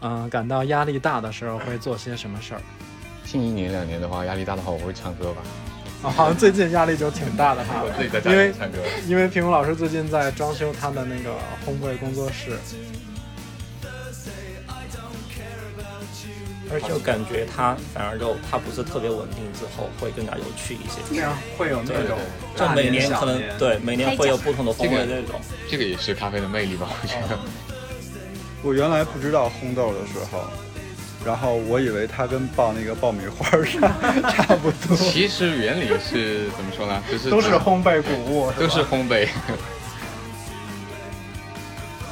嗯、感到压力大的时候会做些什么事儿？ 近一年两年的话，压力大的话，我会唱歌吧。啊，好像最近压力就挺大的哈 我，自己在家啊因为里唱歌，因为平武老师最近在装修他的那个烘焙工作室，而且我感觉它反而就它不是特别稳定，之后会更加有趣一些。这样会有那对种对就大每年年小可能年，对每年会有不同的风味那种。这个也是咖啡的魅力吧，我觉啊得。我原来不知道烘豆的时候，然后我以为它跟爆那个爆米花儿差差不多，其实原理是怎么说呢？就是都是烘焙谷物，都是吧。烘焙。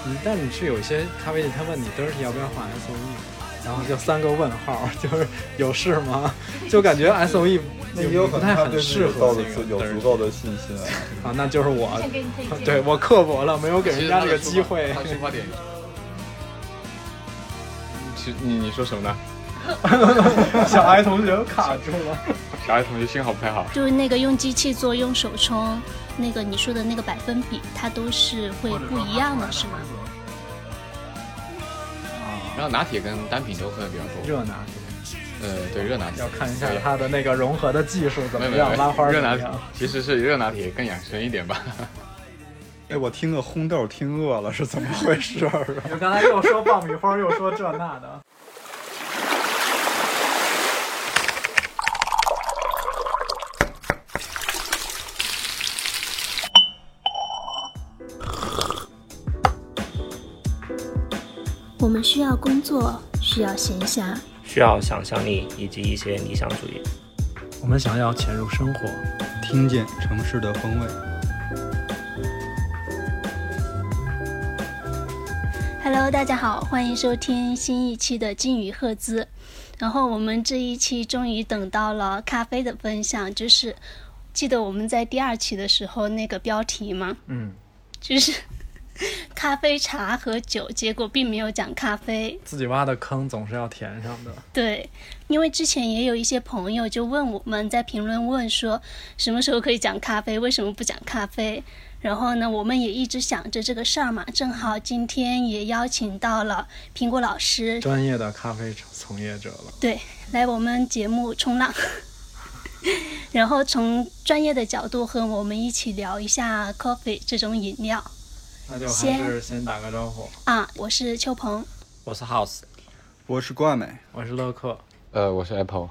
嗯，但你去有一些咖啡店，他问你 dirty 要不要换 SOE，然后就三个问号， 就是有事 吗？就感觉 SOE 那也有不可能太它很对自己适的豆合子那个有足 dirty 够的信心啊。啊，那就是我想给你推 荐。对我刻薄了，没有给其人实家他这的个出发机会他。的出发 点。其实你你说什么呢？ 小爱同学卡住了。小爱同学信号不太好。就是那个用机器做、用手冲，那个你说的那个百分比，它都是会不一样的，是吗？然后拿铁跟单品都喝的比较多。热拿呃，对，热拿铁要看一下它的那个融合的技术怎没么有没有样，拉花儿热怎拿么铁样。其实是热拿铁更养生一点吧。哎，我听个烘豆儿听饿了，是怎么回事儿啊？你们刚才又说爆米花儿，又说这那的。我们需要工作，需要闲暇，需要想象力以及一些理想主义。我们想要潜入生活， 听见城市的风味。 Hello，大家好，欢迎收听新一期的金鱼赫兹。然后我们这一期终于等到了咖啡的分享，就是记得我们在第二期的时候那个标题吗？嗯，就是 咖啡、茶和酒，结果并没有讲咖啡。自己挖的坑总是要填上的。对，因为之前也有一些朋友就问我们在评论问说，什么时候可以讲咖啡，为什么不讲咖啡？然后呢，我们也一直想着这个事儿嘛，正好今天也邀请到了苹果老师专业的咖啡从业者了，对，来我们节目冲浪， 然后从专业的角度和我们一起聊一下 coffee 这种饮料那就还先是先打个招呼。啊。我是邱鹏，我是 House，我是怪美，我是乐克，呃，我是 Apple。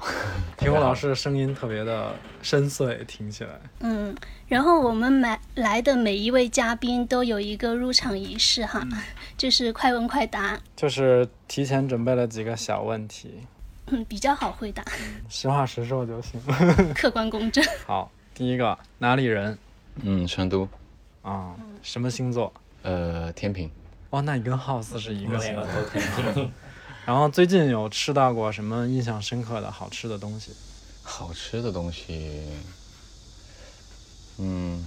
听我老师声音特别的深邃，听起来。嗯，然后我们买来的每一位嘉宾都有一个入场仪式哈， 就是快问快答，就是提前准备了几个小问题，嗯，比较好回答，实话实说就行。客观公正。 好，第一个哪里人嗯，成都。啊、什么星座？呃，天平。哦，那你跟 House 是一个星两个座。都天平。然后最近有吃到过什么印象深刻的好吃的东西？好吃的东西，嗯，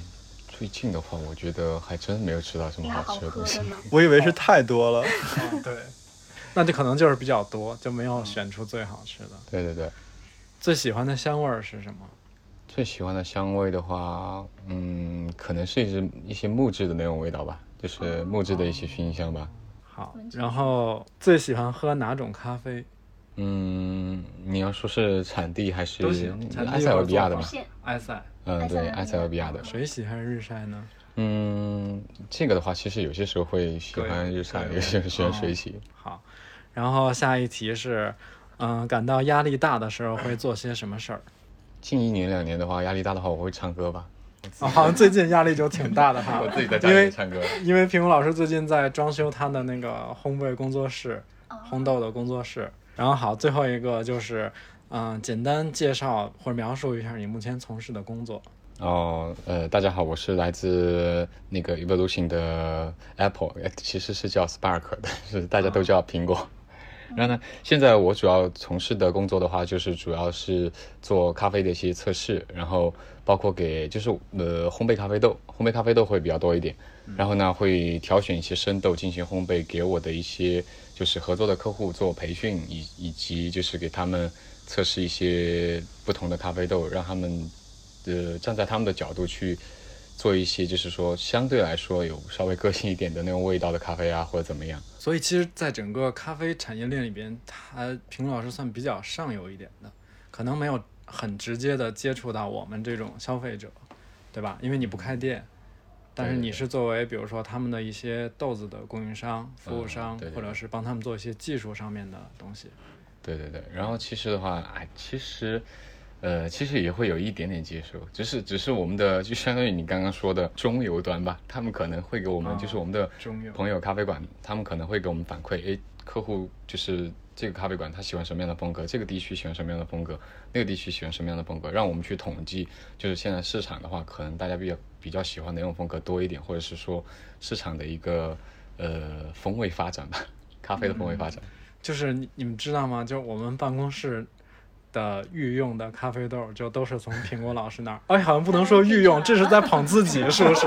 最近的话，我觉得还真没有吃到什么那好好吃的喝东西的。呢？我以为是太多了。对，那就可能就是比较多，就没有选出最好吃的。对对对，最喜欢的香味儿是什么？最喜欢的香味的话，嗯，可能是一只一些木质的那种味道吧，就是木质的一些熏香吧。好闻，起来然后最喜欢喝哪种咖啡？嗯，你要说是产地还是都行产地埃塞俄比亚的或嘛者？现埃塞、嗯，对，埃埃塞塞俄俄比比亚亚的。水洗还是日晒呢？嗯，这个的话，其实有些时候会喜欢日晒，对有些喜欢哦水洗。好，然后下一题是，嗯、感到压力大的时候会做些什么 事儿？近一年两年的话，压力大的话，我会唱歌吧。啊，好像最近压力就挺大的哈 我，自己在家因为里唱歌。因为平武老师最近在装修他的那个烘焙工作室，烘豆的工作室。然后好，最后一个就是，嗯、简单介绍或者描述一下你目前从事的工作。哦，呃，大家好，我是来自那个 Evolution 的 Apple，呃其实是叫 Spark，但是大家都叫苹果。然后呢，现在我主要从事的工作的话，就是主要是做咖啡的一些测试，然后包括给就是呃烘焙咖啡豆，烘焙咖啡豆会比较多一点。然后呢，会挑选一些生豆进行烘焙，给我的一些就是合作的客户做培训，以以及就是给他们测试一些不同的咖啡豆，让他们呃站在他们的角度去做一些就是说相对来说有稍微个性一点的那种味道的咖啡啊，或者怎么样。所以其实，在整个咖啡产业链里边，他平鲁老师算比较上游一点的，可能没有很直接的接触到我们这种消费者，对吧？因为你不开店，但是对对你是作为比如说他们的一些豆子的供应商、服务嗯商，对对或者对是帮他们做一些技术上面的东西。对对对，然后其实的话，哎，其实，呃，其实也会有一点点接受，只是只是我们的就相当于你刚刚说的中游端吧，他们可能会给我们、哦就是我们的中游朋友咖啡馆，他们可能会给我们反馈，哎，客户就是这个咖啡馆他喜欢什么样的风格，这个地区喜欢什么样的风格，那个地区喜欢什么样的风格，让我们去统计，就是现在市场的话，可能大家比较比较喜欢哪种风格多一点，或者是说市场的一个呃风味发展吧，咖啡的风味发展。就是你你们知道吗？就是我们办公室的御用的咖啡豆，就都是从苹果老师那儿。哎，好像不能说御用，这是在捧自己，是不是？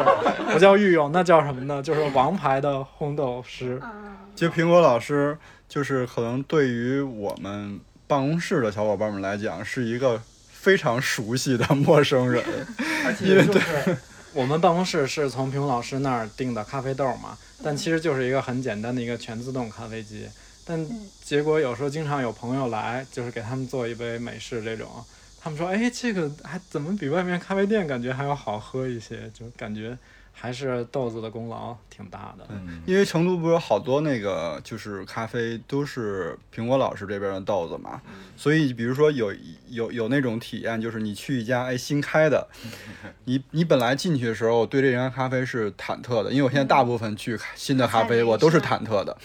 不叫御用，那叫什么呢？就是王牌的烘豆师。啊，其实苹果老师就是可能对于我们办公室的小伙伴们来讲，是一个非常熟悉的陌生人。而且就是我们办公室是从平老师那儿订的咖啡豆嘛，但其实就是一个很简单的一个全自动咖啡机。但结果有时候经常有朋友来，就是给他们做一杯美式这种，他们说：“哎，这个还怎么比外面咖啡店感觉还要好喝一些？”就感觉还是豆子的功劳挺大的。因为成都不是有好多那个就是咖啡都是苹果老师这边的豆子嘛，所以比如说有有有那种体验，就是你去一家哎新开 的，你你本来进去的时候对这家咖啡是忐忑的，因为我现在大部分去新的咖下啡面我都是是。忐忑的，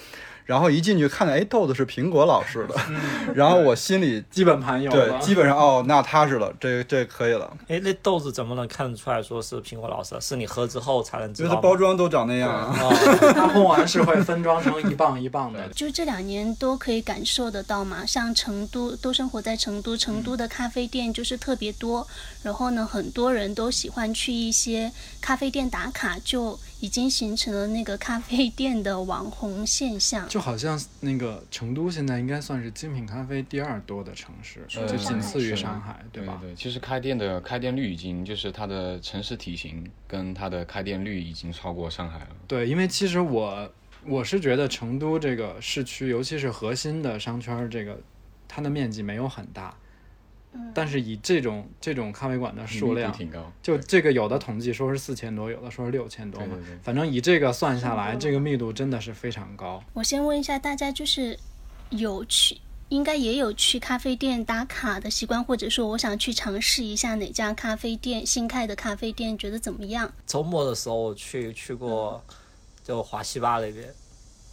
然后一进去看见哎豆子是苹果老师的，然后我心里基本盘有对了，基本上哦那踏实了，这这可以了， 哎，那豆子怎么能看得出来说是苹果老师啊？是你喝之后才能知因为道它吗。包装都长那样啊。哦它烘完是会分装成一磅一磅的就这两年都可以感受得到嘛。像成都，都生活在成都，成嗯都的咖啡店就是特别多。然后呢，很多人都喜欢去一些咖啡店打卡，就已经形成了那个咖啡店的网红现象。就好像那个成都现在应该算是精品咖啡第二多的城市，呃就仅次于是上海，对吧？对，其实开店的开店率已经就是它的城市体型跟它的开店率已经超过上海了。对，因为其实我我是觉得成都这个市区，尤其是核心的商圈儿，这个它的面积没有很大，嗯但是以这种这种咖啡馆的数密度量，挺高，就对这个有的统计说是四千多，有的说是六千多嘛对对对，反正以这个算下来，这个密度真的是非常高。我先问一下大家，就是有去，应该也有去咖啡店打卡的习惯，或者说我想去尝试一下哪家咖啡店新开的咖啡店，觉得怎么样？周末的时候我去去过，就华西吧那边。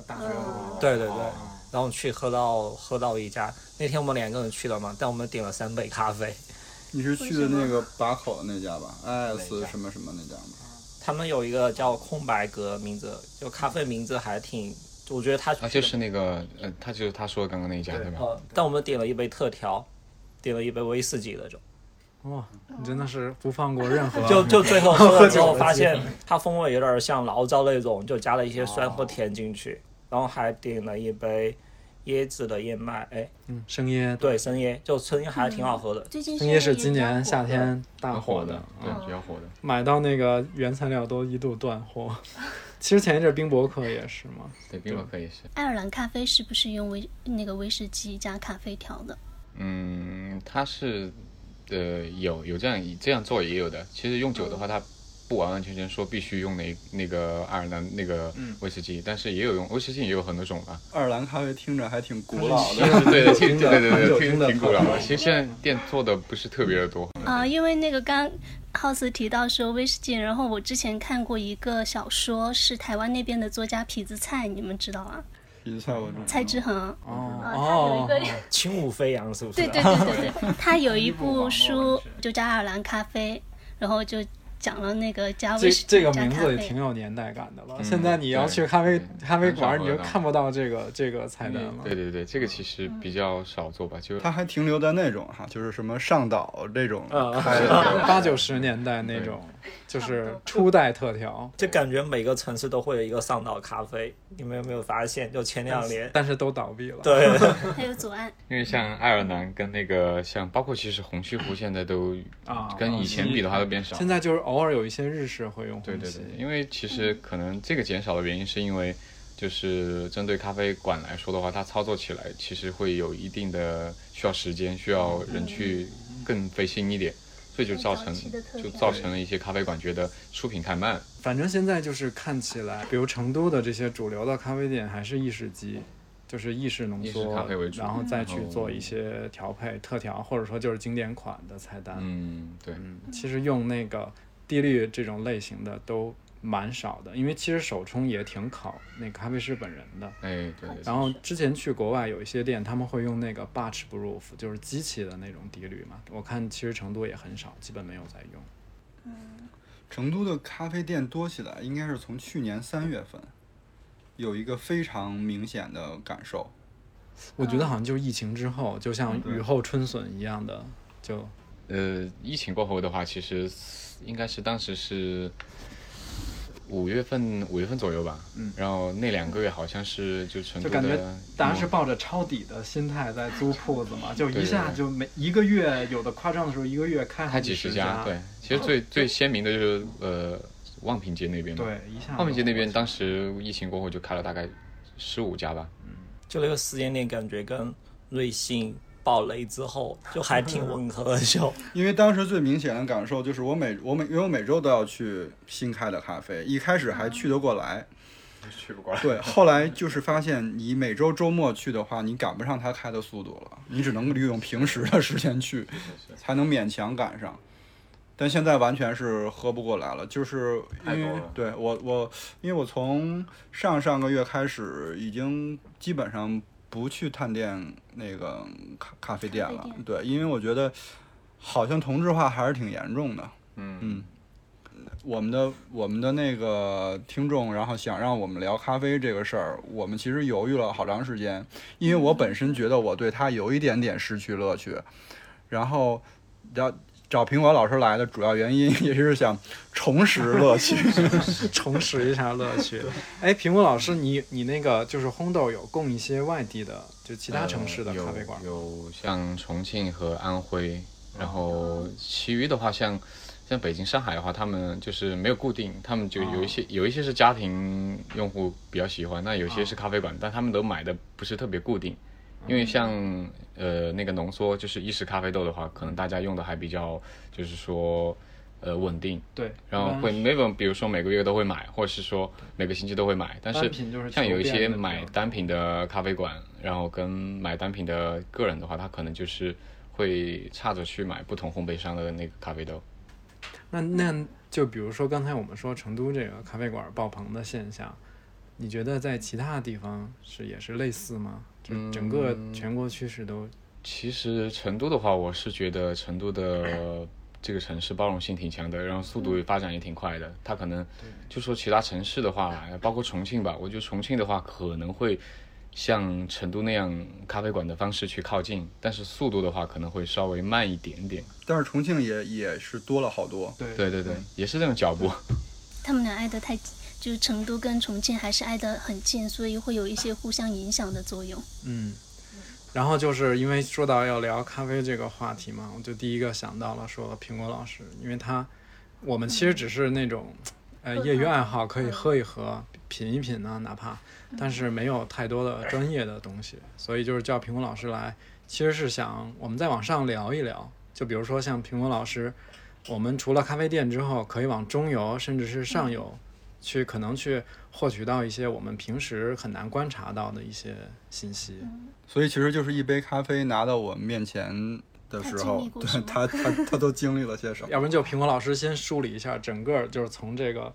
大对对对，然后去喝到喝到一家，那天我们两个人去了嘛，但我们点了三杯咖啡。你是去的那个把口的那家吧？IS 什么什么那家吗？他们有一个叫空白格名字，就咖啡名字还挺，我觉得他啊，就是那个呃，他就是他说的刚刚那一家对哦吧？呃，但我们点了一杯特调，点了一杯威士忌那种，哇，哦你真的是不放过任哦何就就最后喝了之后发现它风味有点像醪糟那种，就加了一些酸和甜进去，然后还点了一杯椰子的燕麦，哎，嗯生椰，对，生椰，就生椰还挺好喝嗯的。最近生椰是今年夏天大蛮哦火火的嗯的，，对，比较火的。买到那个原材料都一度断 货。其实前一阵冰博客也是嘛，对，冰可以是，爱尔兰咖啡是不是用威那个威士忌加咖啡调的？嗯，它是呃有有这样这样做也有的。其实用酒嗯的话，它不完完全全说必须用那那个爱尔兰那个嗯威士忌，但是也有用威士忌也有很多种吧。爱尔兰咖啡听着还挺古老对的，对对 对对有对，听挺的挺古老的。其实现在店做的不是特别的多，嗯啊、因为那个刚 House 提到说威士忌，然后我之前看过一个小说，是台湾那边的作家痞子蔡，你们知道啊？比赛我就蔡志恒。啊，他有一哦个， 轻舞飞扬是不是？对对对对对，他有一 部书就叫《爱尔兰咖啡》，然后就讲了那个加这威士忌这个加名咖字也啡挺。有年代感的了。嗯现在你要去咖啡对嗯咖啡馆，很你就少喝到看不到这个这个菜单了。对对对，这个其实比较少做吧，就它还嗯停留在那种哈，就是什么上岛这种呃，开的，八九十年代那种嗯就是初代特调，就感觉每个城市都会有一个上岛咖啡，你们有没有发现？就前两年，嗯但是都倒闭了。对，还有左岸，因为像爱尔兰跟那个像，包括其实红西湖现在都啊跟以前比的话都变少。现在就是偶尔有一些日式会用对虹对吸对，因为其实可能这个减少的原因是因为，就是针对咖啡馆来说的话，它操作起来其实会有一定的需要时间，需要人去更费心一点，所以就造成更早期的特就调造成了一些咖啡馆觉得出品太慢，反正现在就是看起来，比如成都的这些主流的咖啡店还是意式机，就是意式浓意式缩咖啡为主然后再去嗯做一些调配、特调，或者说就是经典款的菜单。嗯，对，其实用那个低滤这种类型的都蛮少的，因为其实手冲也挺考那个咖啡师本人的。哎对对，然后之前去国外有一些店，他们会用那个 batch proof，就是机器的那种低滤嘛。我看其实成都也很少，基本没有在用。成都的咖啡店多起来，应该是从去年三月份，有一个非常明显的感受。我觉得好像就是疫情之后，就嗯像雨后春笋一样的，就呃，疫情过后的话，其实应该是当时是五月份，五月份左右吧。嗯。然后那两个月好像是就成就都感觉的，大家是抱着抄底的心态在租铺子嘛，就一下嗯对就每一个月有的夸张的时候，一个月开开好几几十家，对，其实最最鲜明的就是呃望平街那边嘛。。对，一下望平街那就边当时疫情过后就开了大概十五家吧。就那个时间点感觉跟瑞幸爆雷之后就还挺吻合的，就因为当时最明显的感受就是我每我每因为我每周都要去新开的咖啡，一开始还去得过来，去不过来。对，后来就是发现你每周周末去的话，你赶不上他开的速度了，你只能利用平时的时 间去，才能勉强赶上。但现在完全是喝不过来了，就是因太多为了对我我，因为我从上上个月开始，已经基本上不去探店那个咖咖啡店了咖啡店。对，因为我觉得好像同质化还是挺严重的。嗯我们的我们的那个听众，然后想让我们聊咖啡这个事儿，我们其实犹豫了好长时间，因为我本身觉得我对它有一点点失去乐趣，然后要找苹果老师来的主要原因也是想重拾乐趣。重拾一下乐趣。哎，苹果老师，你你那个就是烘豆有供一些外地的，就其他城市的呃咖啡馆哦吗，有有像重庆和安徽，然后其余的话像像北京、上海的话，他们就是没有固定，他们就有一哦些、有一些是家庭用户比较喜欢，那有些是咖啡哦馆，但他们都买的不是特别固定。因为像呃那个浓缩就是意式咖啡豆的话，可能大家用的还比较就是说呃稳定，对，然后会嗯每本，比如说每个月都会买，或者是说每个星期都会买。但单是品就是像有一求些变的这买种单品的咖啡馆，然后跟买单品的个人的话，他可能就是会岔着去买不同烘焙商的那个咖啡豆。那那就比如说刚才我们说成都这个咖啡馆爆棚的现象，你觉得在其他地方是也是类似吗？就整个嗯全国趋势都其实成都的话，我是觉得成都的这个城市包容性挺强的，然后速度发展也挺快的。它可能就说其他城市的话，包括重庆吧，我觉得重庆的话可能会像成都那样咖啡馆的方式去靠近，但是速度的话可能会稍微慢一点点。但是重庆也也是多了好多，对对对对，也是这种脚步。他们俩挨得太，就是成都跟重庆还是挨得很近，所以会有一些互相影响的作用。嗯。然后就是因为说到要聊咖啡这个话题嘛，我就第一个想到了说苹果老师，因为他我们其实只是那种、呃业余爱好，可以喝一喝、品一品呢、哪怕，但是没有太多的专业的东西，所以就是叫苹果老师来，其实是想我们再往上聊一聊，就比如说像苹果老师，我们除了咖啡店之后，可以往中游甚至是上游。去可能去获取到一些我们平时很难观察到的一些信息，所以其实就是一杯咖啡拿到我们面前的时他经候历，过什对么他他他都经历了些什么？呃要不然就苹果老师先梳理一下整个，就是从这个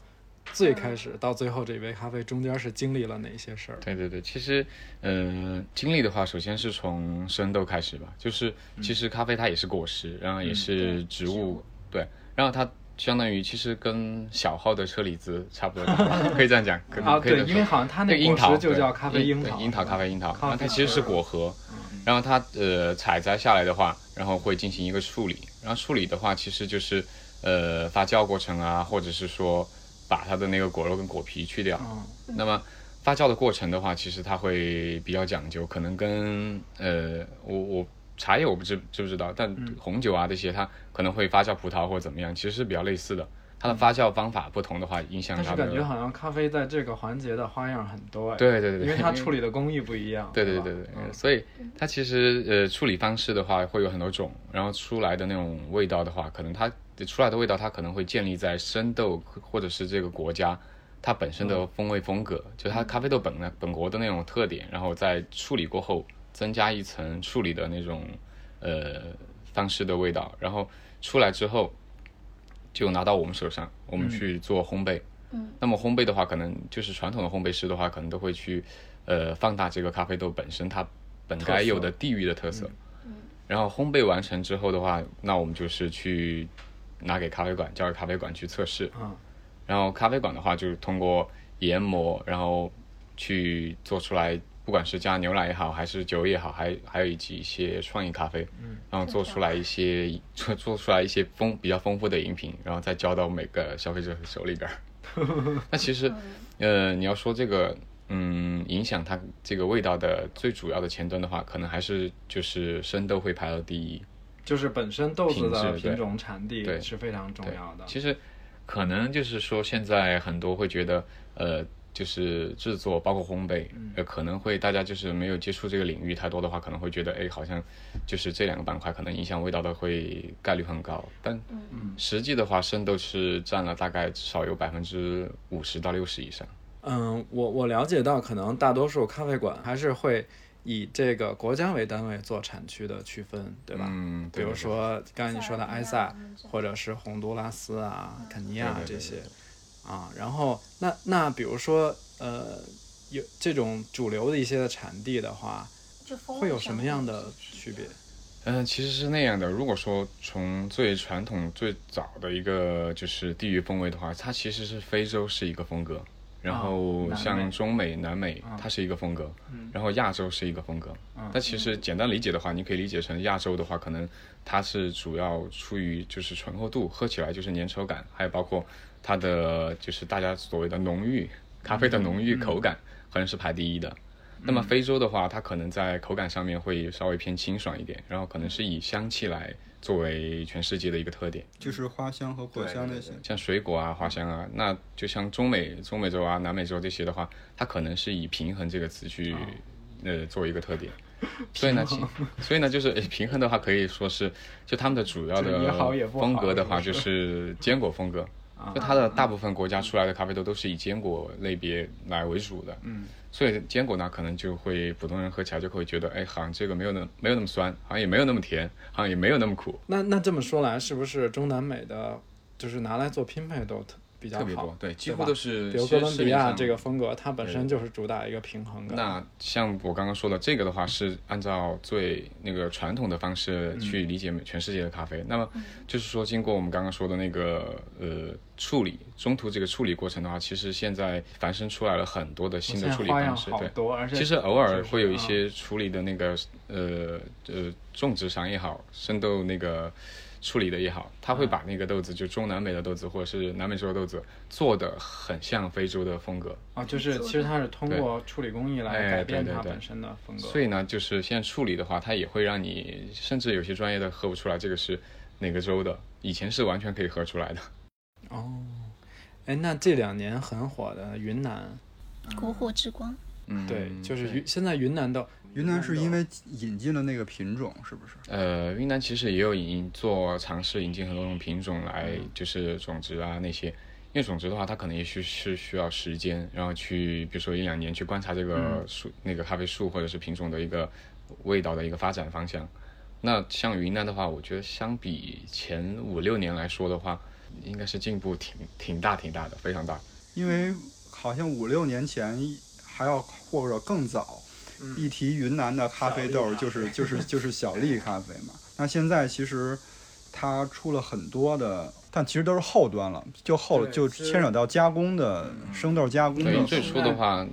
最开始到最后这杯咖啡中间是经历了哪些事儿。对对对，其实，呃，经历的话，首先是从生豆开始吧，就是嗯其实咖啡它也是果实，然后也是植物，对，然后它相当于其实跟小号的车厘子差不多，可以这样讲， 可啊，可以对，这么因说为好像它那对樱果桃实就对叫咖啡樱樱桃，对樱桃咖啡樱桃，然后咖它啡嗯其实是果核，然后它呃采摘下来的话，然后会进行一个处理，然后处理的话其实就是呃发酵过程啊，或者是说把它的那个果肉跟果皮去掉。啊嗯那么发酵的过程的话，其实它会比较讲究，可能跟呃我我茶叶我不知知不知道，但嗯红酒啊这些它可能会发酵葡萄或者怎么样，其实是比较类似的。它的发酵方法不同的话，影响但嗯它是的感觉好像咖啡在这个环节的花样很多哎。对对对对 因为它处理的工艺不一样。对对吧对对对，嗯所以它其实呃处理方式的话会有很多种，然后出来的那种味道的话，可能它出来的味道它可能会建立在生豆或者是这个国家它本身嗯的风味风格，就它咖啡豆本呢本国的那种特点，然后在处理过后增加一层处理的那种呃方式的味道，然后出来之后就拿到我们手上，我们去做烘焙。嗯，那么烘焙的话，可能就是传统的烘焙师的话，可能都会去呃放大这个咖啡豆本身它本该有的地域的特色。然后烘焙完成之后的话，那我们就是去拿给咖啡馆，交给咖啡馆去测试。嗯然后咖啡馆的话，就是通过研磨，然后去做出来，不管是加牛奶也好，还是酒也好，还还有以及一些创意咖啡，嗯，然后做出来一些做做出来一些丰比较丰富的饮品，然后再交到每个消费者手里边儿。 那其实，呃，你要说这个，嗯，影响它这个味道的最主要的前端的话，可能还是就是生豆会排到第一，就是本身豆子的品质对品种产对地是非常重要的。其实可能就是说，现在很多会觉得，呃，就是制作包括烘焙，呃，可能会大家就是没有接触这个领域太多的话，可能会觉得，哎，好像就是这两个板块可能影响味道的会概率很高，但嗯实际的话，生豆是占了大概至少有百分之五十到六十以上。嗯，我我了解到，可能大多数咖啡馆还是会以这个国家为单位做产区的区分，对吧？嗯比对如对对说刚才你说的埃塞塞尔维亚我们这，或者是洪都拉斯啊、肯尼亚对对对这对些啊。然后那那比如说呃，有这种主流的一些的产地的话，就风味会有上什么样会的是区别？嗯，其实是那样的。如果说从最传统、最早的一个就是地域风味的话，它其实是非洲是一个风格，然啊嗯后南像美中美、南美它是一个风格，然后亚洲是一个风格。啊但其嗯实简单理解的话，你可以理解成亚洲的话，可能它是主要出于就是醇厚度，喝起来就是粘稠感，还有包括它的就是大家所谓的浓郁，咖啡嗯的浓郁口感，可能是排第一的。那么非洲的话，它可能在口感上面会稍微偏清爽一点，然后可能是以香气来作为全世界的一个特点，就是花香和果香那些。像水果啊、花香啊，那就像中美、中美洲啊、南美洲这些的话，它可能是以平衡这个词去、啊呃作为一个 特点。所以呢，其所以呢，就是诶平衡的话，可以说是就他们的主要就的也好也不好风格的话，是啊就不是是坚果风格。就它的大部分国家出来的咖啡豆都是以坚果类别来为主的，嗯，所以坚果呢，可能就会普通人喝起来就会觉得，哎，好像这个没有那没有那么酸，好像也没有那么甜，好像也没有那么苦，那那这么说来，是不是中南美的，就是拿来做拼配都特比较特别好多？，对，几吧乎都是。比如其哥实伦市比面亚上这个风格，它本身就是主打一个平衡感。那像我刚刚说的这个的话，是按照最那个传统的方式去理解全世界的咖嗯啡。那么就是说，经过我们刚刚说的那个呃处理，中途这个处理过程的话，其实现在繁生出来了很多的新现的在处理花样方式，好对。多，而且其实偶尔就是会有一啊些处理的那个呃呃种植商也好，生豆那个处理的也嗯好，他会把那个豆子，就中南美的豆子或者是南美洲的豆子，做的很像非洲的风格。啊，就是其实它是通过处理工艺来哎改变对对它对本身的风格。所以呢，就是现在处理的话，它也会让你，甚至有些专业的喝不出来这个是哪个州的，以前是完全可以喝出来的。 哦，哎，那这两年很火的云南，国货之光。嗯对，就是云现在云南的云南是因为引进了那个品种，是不是？呃，云南其实也有引做尝试引进很多种品种来，就是种植啊那些。因为种植的话，它可能也许是需要时间，然后去比如说一两年去观察这个树、那个咖啡树或者是品种的一个味道的一个发展方向。那像云南的话，我觉得相比前五六年来说的话，应该是进步挺挺大挺大的，非常大。因为好像五六年前还要或者更早，嗯一提云南的咖啡豆就是就是就是小粒咖啡嘛。那现在其实它出了很多的，但其实都是后端了，就后对嗯就是牵扯到加工的生豆加工对，的。最初的话，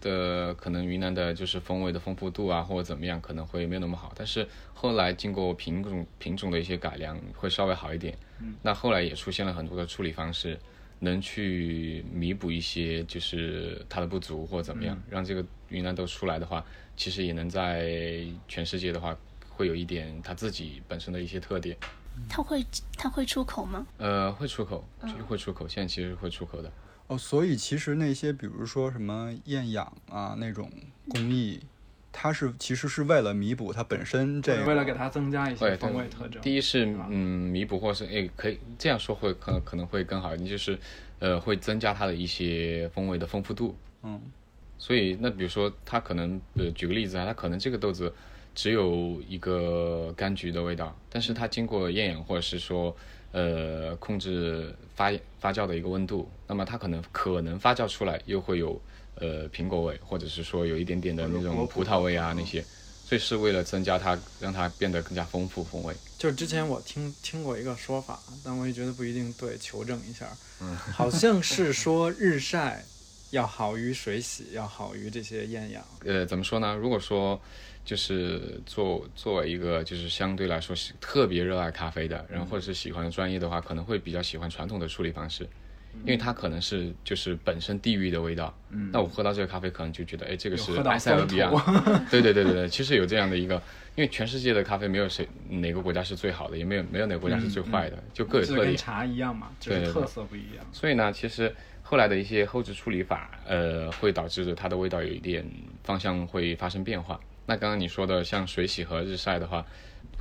的可能云南的就是风味的丰富度啊，或者怎么样，可能会没有那么好。但是后来经过品种品种的一些改良，会稍微好一点。那后来也出现了很多的处理方式，能去弥补一些就是它的不足或者怎么样，让这个云南豆出来的话，其实也能在全世界的话，会有一点它自己本身的一些特点。嗯它会它会出口吗？呃，会出口，会出口，现在其实会出口的。哦，所以其实那些比如说什么厌氧啊那种工艺，它是其实是为了弥补它本身这为个了给它增加一些对风对味特征。第一是嗯弥补，或是诶可以这样说会可可能会更好一点，就是呃会增加它的一些风味的丰富度。嗯，所以那比如说它可能呃举个例子啊，它可能这个豆子只有一个柑橘的味道，但是它经过厌氧或者是说呃控制发发酵的一个温度，那么它可能可能发酵出来又会有呃苹果味，或者是说有一点点的那种葡萄味啊嗯那些。所以是为了增加它，让它变得更加丰富风味。就是之前我听听过一个说法，但我也觉得不一定对，求证一下。嗯好像是说日晒要好于水洗，要好于这些厌氧。呃，怎么说呢？如果说就是作作为一个就是相对来说是特别热爱咖啡的，嗯然后或者是喜欢专业的话，可能会比较喜欢传统的处理方式，嗯因为它可能是就是本身地域的味道。嗯，那我喝到这个咖啡，可能就觉得，哎，这个有是喝到埃塞俄风比亚。对对对对对，其实有这样的一个，因为全世界的咖啡没有谁哪个国家是最好的，也没有没有哪个国家是嗯最坏的，就各有是特点跟。茶一样嘛，只对是对特对色不一样。所以呢，其实后来的一些后置处理法，呃，会导致它的味道有一点方向会发生变化。那刚刚你说的像水洗和日晒的话，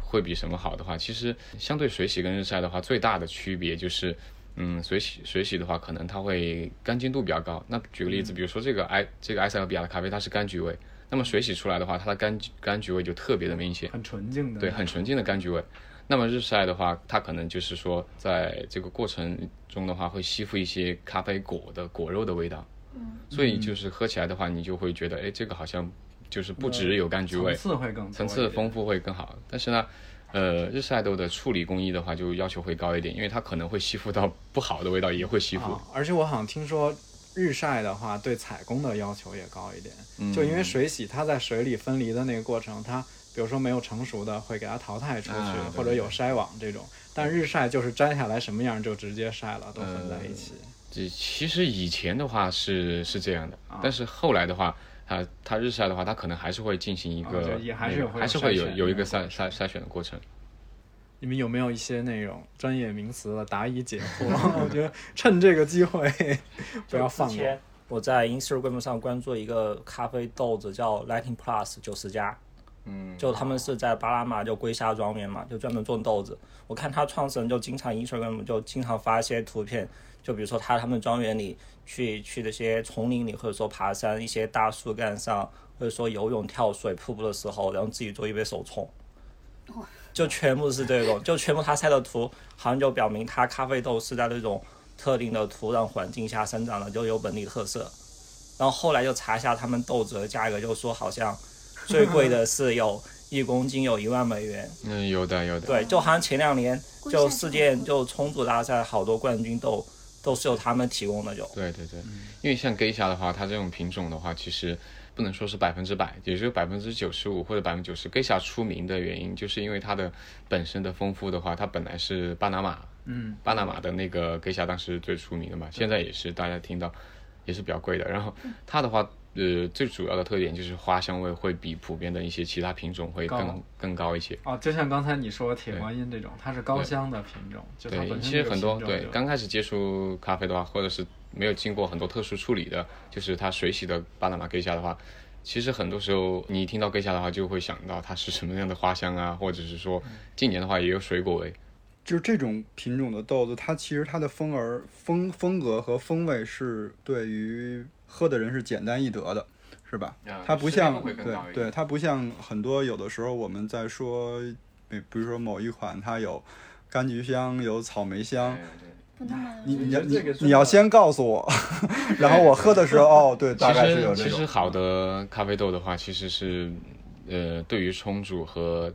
会比什么好的话，其实相对水洗跟日晒的话，最大的区别就是，嗯，水洗水洗的话，可能它会干净度比较高。那举个例子，比如说这个埃这个埃塞俄比亚的咖啡，它是柑橘味，那么水洗出来的话，它的柑橘柑橘味就特别的明显。很纯净的，对，很纯净的柑橘味。那么日晒的话，它可能就是说，在这个过程中的话，会吸附一些咖啡果的果肉的味道。嗯，所以就是喝起来的话，你就会觉得，哎，这个好像就是不只有柑橘层味，次会更多层一次点丰富会更好。但是呢，呃，日晒豆的处理工艺的话，就要求会高一点，因为它可能会吸附到不好的味道，也会吸附。啊。而且我好像听说日晒的话，对采工的要求也高一点，嗯就因为水洗它在水里分离的那个过程，它比如说没有成熟的会给它淘汰出去，啊对对或者有筛网这种。但日晒就是摘下来什么样就直接晒了，都混在一起。这其实以前的话是是这样的，啊但是后来的话，它它日晒的话，它可能还是会进行一啊个那就个、也还是有会有还是会有筛选有一的个筛筛筛选的过程。你们有没有一些那种专业名词的答疑解 惑？我觉得趁这个机会不要放之过。前我在 Instagram 上关注一个咖啡豆子叫 Lighting Plus 九十加，嗯，就他们是在巴拿马就龟沙庄园嘛，就专门种豆子。我看他创始人就经常 Instagram 就经常发一些图片，就比如说他他们庄园里去去那些丛林里，或者说爬山一些大树干上，或者说游泳、跳水、瀑布的时候，然后自己做一杯手冲。就全部是这种，就全部他晒的图，好像就表明他咖啡豆是在那种特定的土壤环境下生长的，就有本地特色。然后后来就查一下他们豆子的价格，就说好像最贵的是有一公斤有一万美元，嗯，有的有的。对，就好像前两年贵就价世格界贵就冲煮大赛好多冠军豆都是由他们提供的，就对对对，嗯因为像 geisha 的话，它这种品种的话，其实不能说是百分之百，也就百分之九十五或者百分之九十。geisha 出名的原因，就是因为它的本身的丰富的话，它本来是巴拿马，嗯，巴拿马的那个 geisha 当时最出名的嘛，现在也是大家听到也是比较贵的。然后它的话，呃，最主要的特点就是花香味会比普遍的一些其他品种会更高更高一些。哦，就像刚才你说铁观音这种，它是高香的品种，就它对本，身其这实个很多品种对就刚开始接触咖啡的话，或者是没有经过很多特殊处理的，就是它水洗的巴拿马瑰夏的话，其实很多时候你一听到瑰夏的话，就会想到它是什么样的花香啊，或者是说嗯近年的话也有水果味。就是这种品种的豆子，它其实它的风儿风风格和风味是对于喝的人是简单易得的，是吧？啊它不适量像会更对高一对，点它不像很多有的时候我们在说，比比如说某一款它有柑橘香，有草莓香，不那么你你要我觉得这个你真的你要先告诉我， 然后我喝的时候哦，对，大其概是有实这其实种。好的咖啡豆的话，其实是呃对于冲煮和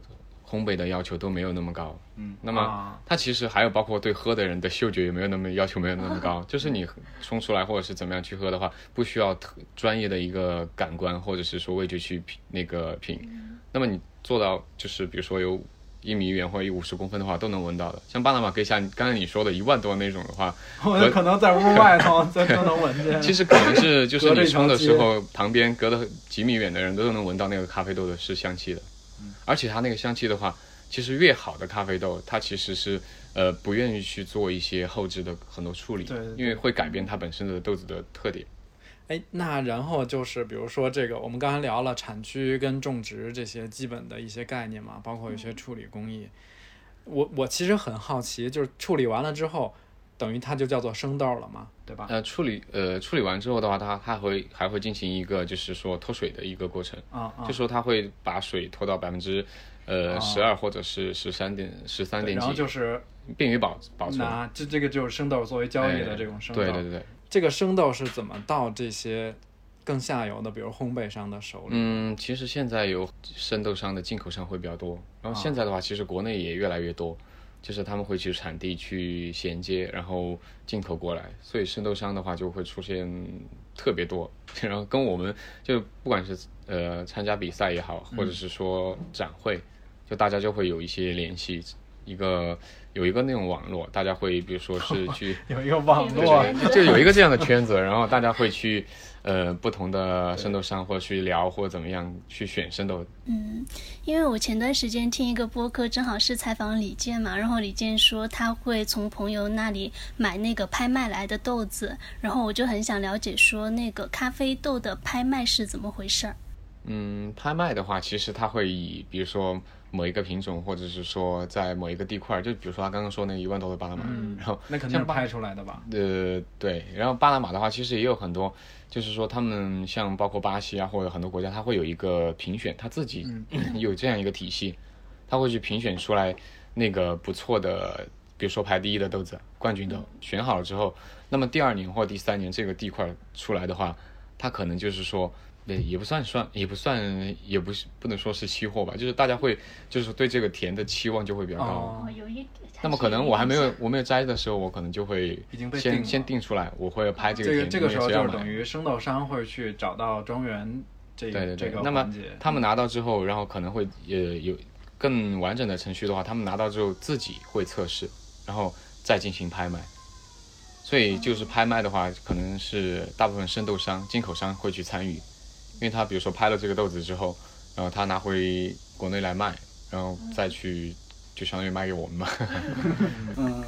烘焙的要求都没有那么高。嗯，那么啊它其实还有包括对喝的人的嗅觉也没有那么 要求没有那么高，就是嗯你冲出来或者是怎么样去喝的话，不需要特专业的一个感官或者是说味觉去品那个品。那么你做到就是比如说有一米远或者五十公分的话都能闻到的，像巴拿马瑰夏，刚才你说的一万多那种的话，我就可能在屋外头就都能闻见。其实可能是就是隔着你一条冲的时候，旁边隔得几米远的人都能闻到那个咖啡豆的是香气的，而且它那个香气的话，其实越好的咖啡豆，它其实是呃不愿意去做一些后置的很多处理，对对对因为会改变它本身的豆子的特点。哎，那然后就是比如说这个，我们刚才聊了产区跟种植这些基本的一些概念嘛，包括有些处理工艺。我我其实很好奇，就是处理完了之后，等于它就叫做生豆了嘛，对吧？呃，处理呃处理完之后的话，它它会还会进行一个就是说脱水的一个过程，啊啊就，说它会把水脱到百分之呃十二或者是十三点十三对点然后几就，是便于保保存。拿这这个就是生豆作为交易的哎这种生豆。对对对对。这个生豆是怎么到这些更下游的，比如烘焙商的手里？嗯，其实现在有生豆商的进口商会比较多，然后现在的话，其实国内也越来越多，就是他们会去产地去衔接，然后进口过来，所以生豆商的话就会出现特别多， 然后跟我们就不管是呃参加比赛也好，或嗯者是说展会，就大家就会有一些联系，一个有一个那种网络，大家会比如说 是去。有一个网对络对，就有一个这样的圈子，然后大家会去呃不同的生豆商或者去聊或者怎么样去选生豆，嗯因为我前段时间听一个播客，正好是采访李健嘛，然后李健说他会从朋友那里买那个拍卖来的豆子，然后我就很想了解说那个咖啡豆的拍卖是怎么回事儿。嗯，拍卖的话，其实它会以，比如说某一个品种，或者是说在某一个地块儿，就比如说他刚刚说那个一万多的巴拿马，然后那肯定是拍出来的吧？呃，对，然后巴拿马的话，其实也有很多，就是说他们像包括巴西啊，或者很多国家，它会有一个评选，它自己 有这样一个体系，它会去评选出来那个不错的，比如说排第一的豆子，冠军豆，选好了之后，那么第二年或第三年这个地块儿出来的话，它可能就是说。对，也不算算，也不算，也不是不能说是期货吧，就是大家会，就是对这个田的期望就会比较高。哦，有一，那么可能我还没有我没有摘的时候，我可能就会已经被定先了先定出来，我会拍这这个个田，这个因时为候谁就要是买等于生豆商会去找到庄园这对对这对个。那环么节。他们拿到之后，然后可能会呃有更完整的程序的话，他们拿到之后自己会测试，然后再进行拍卖。所以就是拍卖的话，可能是大部分生豆商、进口商会去参与，因为他比如说拍了这个豆子之后，然后他拿回国内来卖，然后再去就相当于卖给我们嘛。嗯，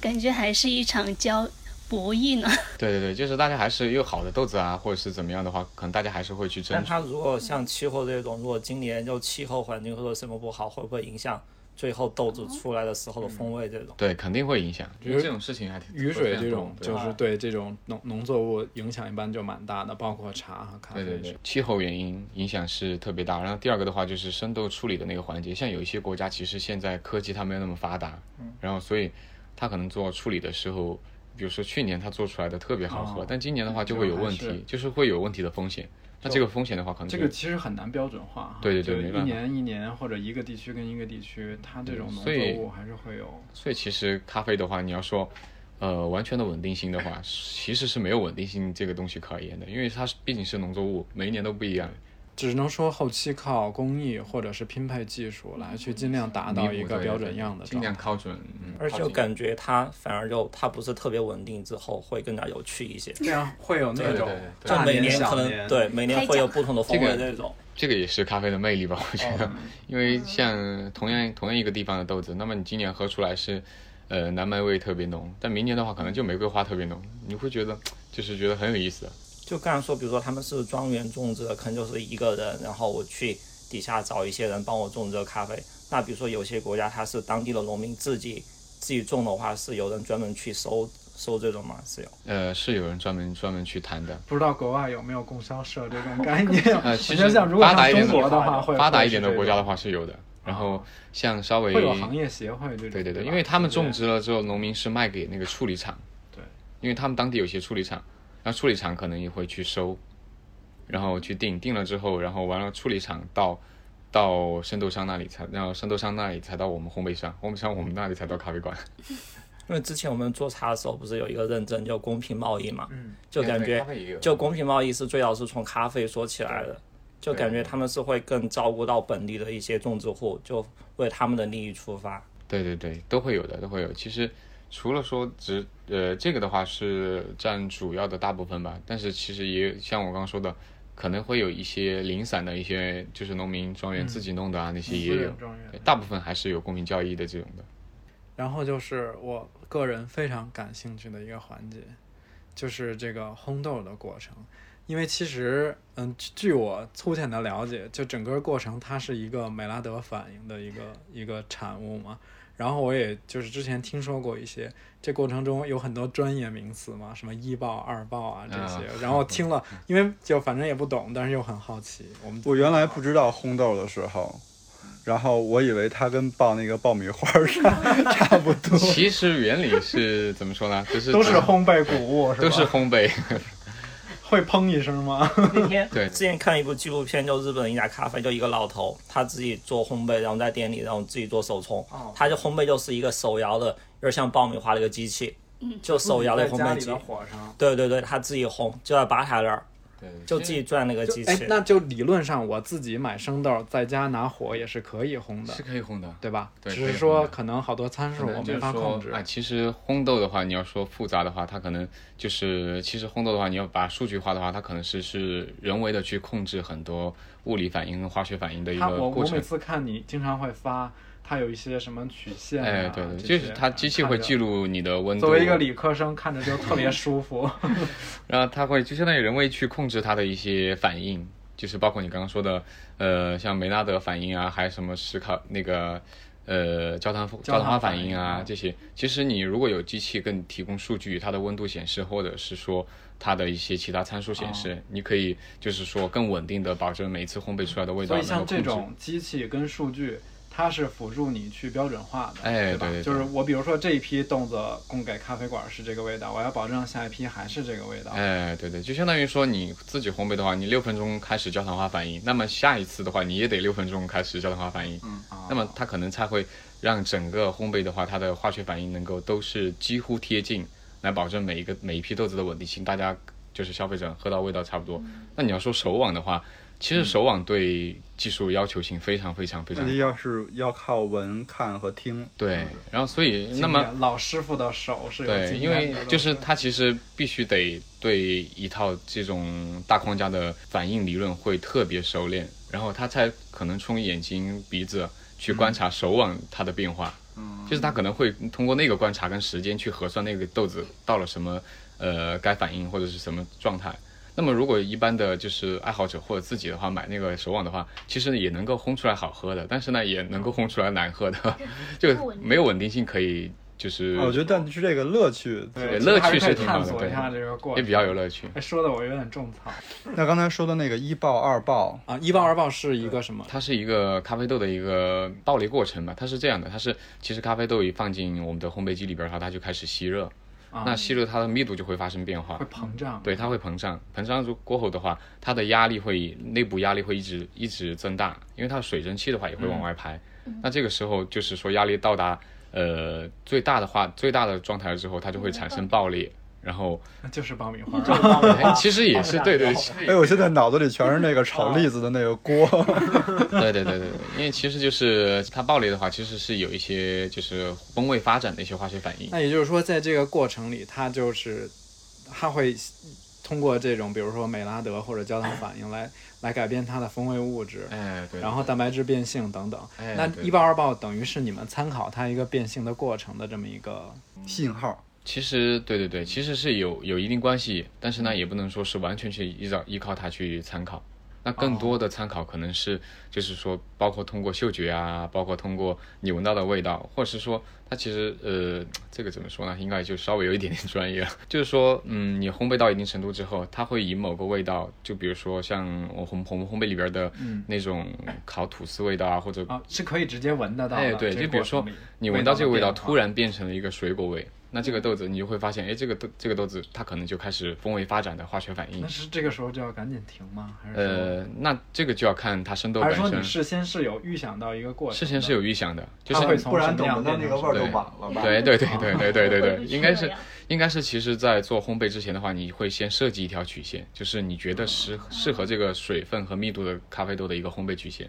感觉还是一场交博弈呢。对对对，就是大家还是有好的豆子啊，或者是怎么样的话，可能大家还是会去争但取。它如果像气候这种，如果今年就气候环境或者什么不好，会不会影响最后豆子出来的时候的风味这种？对，肯定会影响。比如这种事情还挺雨水这种对就是对这种农农作物影响一般就蛮大的，包括茶和咖啡。对对对，气候原因影响是特别大。然后第二个的话就是生豆处理的那个环节，像有一些国家其实现在科技它没有那么发达，嗯然后所以它可能做处理的时候，比如说去年它做出来的特别好喝，哦但今年的话就会有问就还题是，就是会有问题的风险。那这个风险的话，可能这就个其实很难标准化哈。对对对就没一办法年一年或者一个地区跟一个地区，它这种农所以作物还是会有。所以其实咖啡的话，你要说，呃，完全的稳定性的话，其实是没有稳定性这个东西可言的，因为它是毕竟是农作物，每一年都不一样。只能说后期靠工艺或者是拼配技术来去尽量达弥到补一这个标准样的尽状态量。靠准。嗯而且我靠准感觉它反而就它不是特别稳定，之后会更加有趣一些。这样会有那对种对对就大每年可小能对每年会有不同的风味这种。这个也是咖啡的魅力吧，我觉哦得，因为像同样同样一个地方的豆子，那么你今年喝出来是，呃，南麦味特别浓，但明年的话可能就玫瑰花特别浓，你会觉得就是觉得很有意思。就刚才说，比如说他们是庄园种植的，可能就是一个人，然后我去底下找一些人帮我种这个咖啡。那比如说有些国家它是当地的农民自己自己种的话，是有人专门去收收这种嘛，是有。呃，是有人专门专门去谈的，不知道国外有没有供销社这种概念？ 呃，我其觉得实像如果发达像一点中的国的国话，会发达会一点是的这国家种的话是有的，然后像稍微会有行业协会这种。对对对，吧因为他们种。对植了之后，农民是卖给那个处理厂，对，因为他们当地有些处理厂，然后处理厂可能也会去收，然后去定，定了之后，然后完了处理厂到到圣斗山那里才，然后圣斗山那里才到我们烘焙山，烘焙山我们那里才到咖啡馆。因为之前我们做茶的时候不是有一个认证叫公平贸易嘛，嗯，就感对觉咖啡也有就公平贸易是最早是从咖啡说起来的，就感觉他们是会更照顾到本地的一些种植户，就为他们的利益出发。对对对，都会有的，都会有。其实除了说只呃这个的话是占主要的大部分吧，但是其实也像我刚刚说的，可能会有一些零散的一些就是农民嗯庄园自己弄的啊，那些也有，庄园对大部分还是有公平交易的这种 的。然后就是我个人非常感兴趣的一个环节，就是这个烘豆的过程。因为其实，嗯，据据我粗浅的了解，就整个过程它是一个美拉德反应的一个一个产物嘛。然后我也就是之前听说过一些，这过程中有很多专业名词嘛，什么一爆、二爆啊这些。然后听 了，因为就反正也不懂，但是又很好奇。我们我原来不知道烘豆的时候，然后我以为它跟爆那个爆米花儿差差不多。其实原理是怎么说呢？就是都是烘焙谷物，都是吧？烘焙， 会砰一声吗？ 那天对之前看一部纪录片，就日本一家咖啡，就一个老头，他自己做烘焙，然后在店里，然后自己做手冲哦，他就烘焙就是一个手摇的，有点像爆米花的一个机器，嗯就手摇的烘焙机。火上。对对对，他自己烘，就在吧台那儿，就自己转那个机哎器，。那就理论上我自己买生豆，在家拿火也是可以烘的是，可以烘的。对吧？对只可是以烘说的可能好多参数可我能就没是法说控制。啊，其实烘豆的话，你要说复杂的话，它可能就是其实烘豆的话，你要把数据化的话，它可能是是人为的去控制很多物理反应、化学反应的一它个我我过每程。次看你经常会发，它有一些什么曲线、啊，哎，对对，这些就是它机器会记。看着录你的温度，作为一个理科生，看着就特别舒服。然后它会就相当于人为去控制它的一些反应，就是包括你刚刚说的，呃，像梅纳德反应啊，还有什么史考那个。呃，焦糖焦焦糖糖化反反应应啊嗯，这些其实你如果有机器给你提供数据，它的温度显示，或者是说它的一些其他参数显哦示，你可以就是说更稳定的保证每一次烘焙出 来的味所道以能像够控制。这种机器跟数据，它是辅助你去标准化的，哎对吧？对对对就是我比如说这一批豆子供给咖啡馆是这个味道，我要保证下一批还是这个味道。哎，对对，就相当于说你自己烘焙的话，你六分钟开始焦糖化反应，那么下一次的话，你也得六分钟开始焦糖化反应，嗯那么它可能才会让整个烘焙的话，它的化学反应能够都是几乎贴近，来保证每一个每一批豆子的稳定性，大家就是消费者喝到味道差不多。那你要说手网的话，其实手网对技术要求性非常非常非常那要是要靠闻、看和听，对，然后所以那经么验老师傅的手是有对，经因验的为就是他其实必须得对一套这种大框架的反应理论会特别熟练，然后他才可能从眼睛、鼻子去观察手腕它的变化。嗯，就是他可能会通过那个观察跟时间去核算那个豆子到了什么呃该反应或者是什么状态。那么，如果一般的就是爱好者或者自己的话，买那个手网的话，其实也能够烘出来好喝的，但是呢，也能够烘出来难喝的， 就没有稳定性可以哦就是。啊我觉得但是这个乐趣。对乐趣是是挺好探的索对一下这个过也程比。较有乐趣。哎说的我有点种草那刚才说的那个一爆、二爆，啊！一爆二爆是一个什么？它是一个咖啡豆的一个爆裂过程嘛，它是这样的，它是其实咖啡豆一放进我们的烘焙机里边儿，它它就开始吸热，啊那吸热它的密度就会发生变化会，膨胀。对，它会膨胀，膨胀住过后的话，它的压力会内部压力会一直一直增大，因为它的水蒸气的话也会嗯往外排，那这个时候就是说压力到达呃最大的话最大的状态了之后，它就嗯会产生爆裂，然后 那就是爆米花儿。哎其实哦也是对对，其实也哎，我现在脑子里全是 那个炒栗子的那个锅。对对对对，因为其实就是它爆裂的话，其实是有一些就是风味发展的一些化学反应。那也就是说，在这个过程里，它就是它会通过这种，比如说美拉德或者焦糖反应来来改变它的风味物质，哎，对。然后蛋白质变性等等。哎那对一爆二爆等于是你们参考它一个变性的过程的这么一个 信号，其实对对对，其实是有有一定关系，但是呢，也不能说是完全去依照依靠它去参考。那更多的参考可能是，就是说，包括通过嗅觉啊，包括通过你闻到的味道，或者是说，它其实呃，这个怎么说呢？应该就稍微有一点点专业了。 就是说，嗯，你烘焙到一定程度之后，它会以某个味道，就比如说像我烘我们烘焙里边的那种烤吐司味道啊，或者啊，是可以直接闻得到的。哎，对，这个就比过如程说里你闻到这个味道，突然然变成了一个水果味，那这个豆子你就会发现，哎，这个豆这个豆子它可能就开始风味发展的化学反应那。是这个时候就要赶紧停吗？还是说嗯呃，那这个就要看它生豆还本是说你身，事先是有预想到一个过程的？事先是有预想的，就它会是从不然什么等样不到变那个成味儿就对晚了吧？对对对对对对对 会对，应该这是样应该是，其实，在做烘焙之前的话，你会先设计一条曲线，就是你觉得适适合这个水分和密度的咖啡豆的一个烘焙曲线。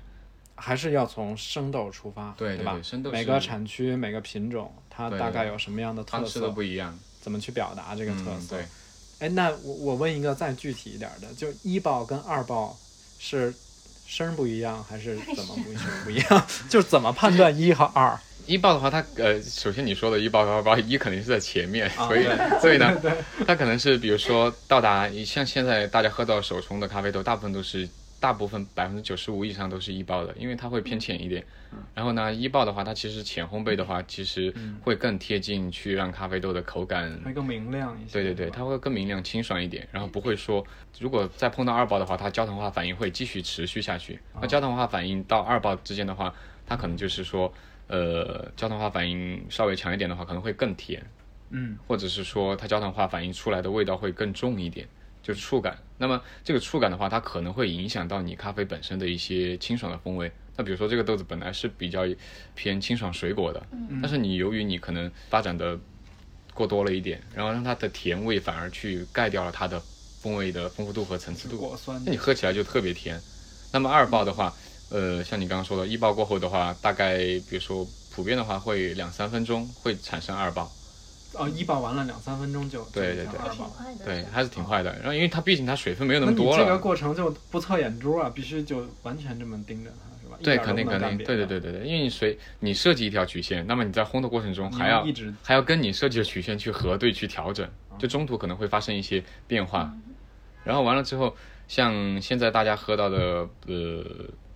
还是要从生豆出发，对对吧对生豆？是每个产区、每个品种，它对对大概有什么样的它特吃的色不，一样，怎么去表达这个特嗯，色？对，哎，那我我问一个再具体一点的，就一爆跟二爆是声儿不一样还是怎么不一样？ 不一样，就是怎么判断一和二？一爆的话，它呃，首先你说的一爆和二爆，一肯定是在前面，啊所以所以呢，它可能是比如说到达像现在大家喝到手冲的咖啡豆，大部分都是大部分百分之九十五以上都是一爆的，因为它会偏浅一点。然后呢，一爆的话，它其实浅烘焙的话，其实会更贴近去让咖啡豆的口感会更明亮一些。对对对，吧它会更明亮清爽一点，然后不会说，如果再碰到二爆的话，它焦糖化反应会继续持续下去。啊那焦糖化反应到二爆之间的话，它可能就是说，呃，焦糖化反应稍微强一点的话，可能会更甜，嗯，或者是说它焦糖化反应出来的味道会更重一点，就触感。那么这个触感的话，它可能会影响到你咖啡本身的一些清爽的风味。那比如说这个豆子本来是比较偏清爽水果的，但是你由于你可能发展的过多了一点，然后让它的甜味反而去盖掉了它的风味的丰富度和层次度果，酸那你喝起来就特别甜。那么二爆的话，呃，像你刚刚说的，一爆过后的话，大概比如说普遍的话会两三分钟会产生二爆，哦，一爆完了两三分钟就就对对变成对二爆挺。快的。对，还是挺快的。然后因为它毕竟它水分没有那那么你多这个了，过程就不测眼珠啊，必须就完全这么盯着它，是吧？一对，点儿肯定都肯不能干，定别对对的对对对，因为你随你设计一条曲线，那么你在烘的过程中你还要一直嗯还要跟你设计的曲线去核对去调整，就中途可能会发生一些变化。然后完了之后，像现在大家喝到的呃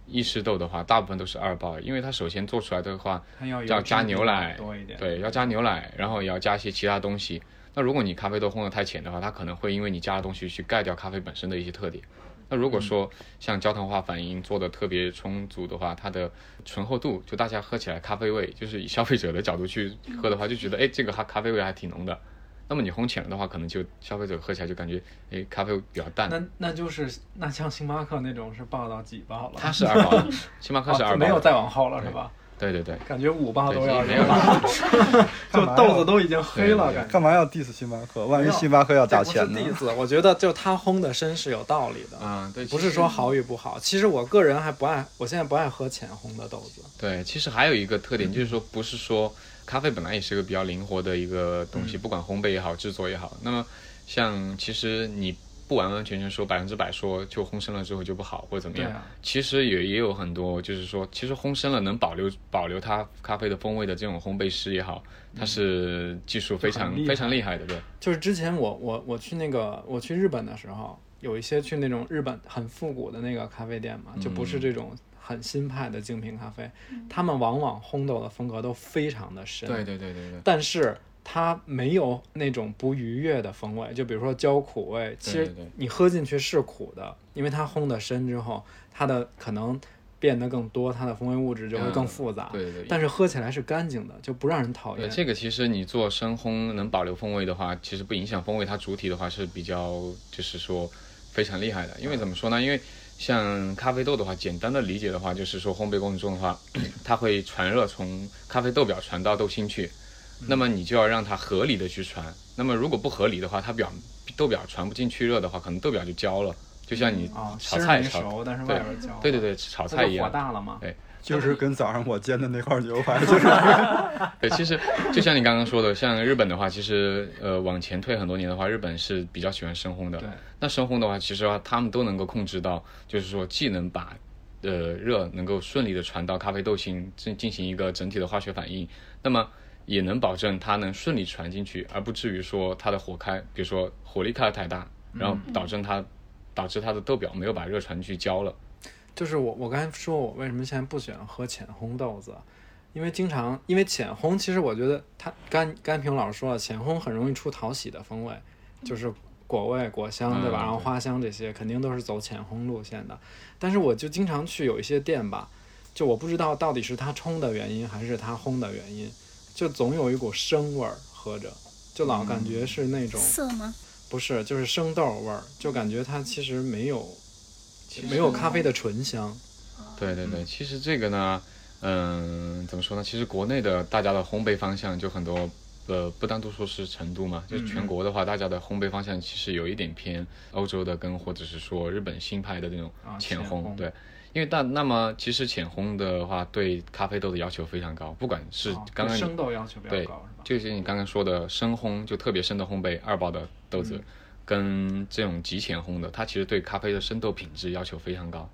意式豆的话，大部分都是二爆，因为它首先做出来的话，它要有要加质地牛比较奶多一点，对，要加牛奶，然后也要加一些其他东西。那如果你咖啡豆烘得太浅的话，它可能会因为你加的东西去盖掉咖啡本身的一些特点。那如果说像焦糖化反应做的特别充足的话，它的醇厚度就大家喝起来咖啡味，就是以消费者的角度去喝的话，就觉得哎这个咖咖啡味还挺浓的。那么你烘浅了的话，可能就消费者喝起来就感觉哎咖啡味比较淡。那那就是那像星巴克那种是爆到几爆了？它是二 爆的，星巴克是哦二没有爆的，再往后了是吧？对对对，感觉五爆对都已要经没有有了，了。 就干嘛豆呀子都已经黑了，对对对感觉。干嘛要 diss 星巴克？万没一有星巴克要这打不是钱呢？弟子，我觉得就他烘的深是有道理的，嗯，对，不是说好与不好。其实我个人还不爱，我现在不爱喝浅烘的豆子。对，其实还有一个特嗯点就是说，不是说咖啡本来也是个比较灵活的一个东嗯西，不管烘焙也好，制作也好。那么像其实你不完完全全说百分之百说就烘生了之后就不好或者怎么对样，啊，其实也也有很多就是说，其实烘生了能保留保留它咖啡的风味的这种烘焙师也好，他是技术嗯非就常很厉害非常厉害的，对，就是之前我我我去那个我去日本的时候，有一些去那种日本很复古的那个咖啡店嘛，就不嗯是这种很新派的精品咖啡，他们往往烘豆的风格都非常的深，对对对对，但是它没有那种不愉悦的风味，就比如说焦苦味，其实对对你喝进去是苦的，因为它烘的深之后，它的可能变得更多，它的风味物质就会更嗯复杂。对对对但是喝起来是干净的，就不让人讨对，厌。这个其实你做深烘能保留风味的话，其实不影响风味，它主体的话是比较就是说非常厉害的。因为怎么说呢？因为像咖啡豆的话，简单的理解的话，就是说烘焙过程中的话，它会传热从咖啡豆表传到豆芯去，嗯那么你就要让它合理的去传。那么如果不合理的话，它表豆表传不进去热的话，可能豆表就焦了，就像你啊，炒心菜没炒，熟，但是对外边焦。对对对，炒它菜就一样火。大了嘛。就是跟早上我煎的那块 牛排，就是对，其实就像你刚刚说的，像日本的话，其实呃往前推很多年的话，日本是比较喜欢深烘的对。那深烘的话，其实啊，他们都能够控制到，就是说既能把呃热能够顺利的传到咖啡豆芯，进进行一个整体的化学反应，那么也能保证它能顺利传进去，而不至于说它的火开，比如说火力开得太大，然后导致它、导致它的豆表没有把热传进去焦了。就是我我刚才说我为什么现在不喜欢喝浅烘豆子，因为经常因为浅烘，其实我觉得它甘甘平老师说了，浅烘很容易出讨喜的风味，就是果味、果香，嗯对吧？对然后花香这些肯定都是走浅烘路线的。但是我就经常去有一些店吧，就我不知道到底是它冲的原因还是它烘的原因，就总有一股生味儿喝着。就老感嗯觉是那种、涩吗？不是，就是生豆味儿，就感觉它其实没有没有咖啡的醇香。对对对，其实这个呢，嗯、怎么说呢？其实国内的大家的烘焙方向就很多，呃，不单独说是成都嘛，嗯就全国的话，大家的烘焙方向其实有一点偏欧洲的，跟或者是说日本新派的那种啊浅浅烘，烘对。因为但那么其实浅烘的话，对咖啡豆的要求非常高，不管是啊刚刚对你生豆要求比对较高是吧？就是你刚刚说的深烘，就特别深的烘焙二爆的豆子，嗯跟这种极浅烘的，它其实对咖啡的生豆品质要求非常高。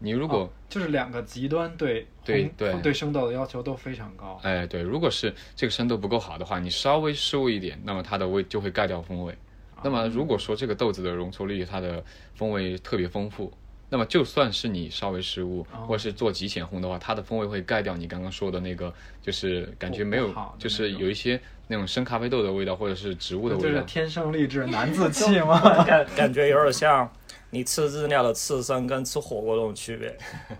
你哦如果、啊就是两个极端对烘对对对生豆的要求都非常高。哎对，如果是这个生豆不够好的话，你稍微失误一点，那么它的味就会盖掉风味。啊那么如果说这个豆子的容错率它的风味特别丰富，那么就算是你稍微失误，哦或者是做极浅烘的话，它的风味会盖掉你刚刚说的那个，就是感觉不没有不好的，就那是种有一些那种生咖啡豆的味道，或者是植物的这味是道。天生丽质难自弃吗？感 感觉有点像你吃日料的刺身跟吃火锅那种区别。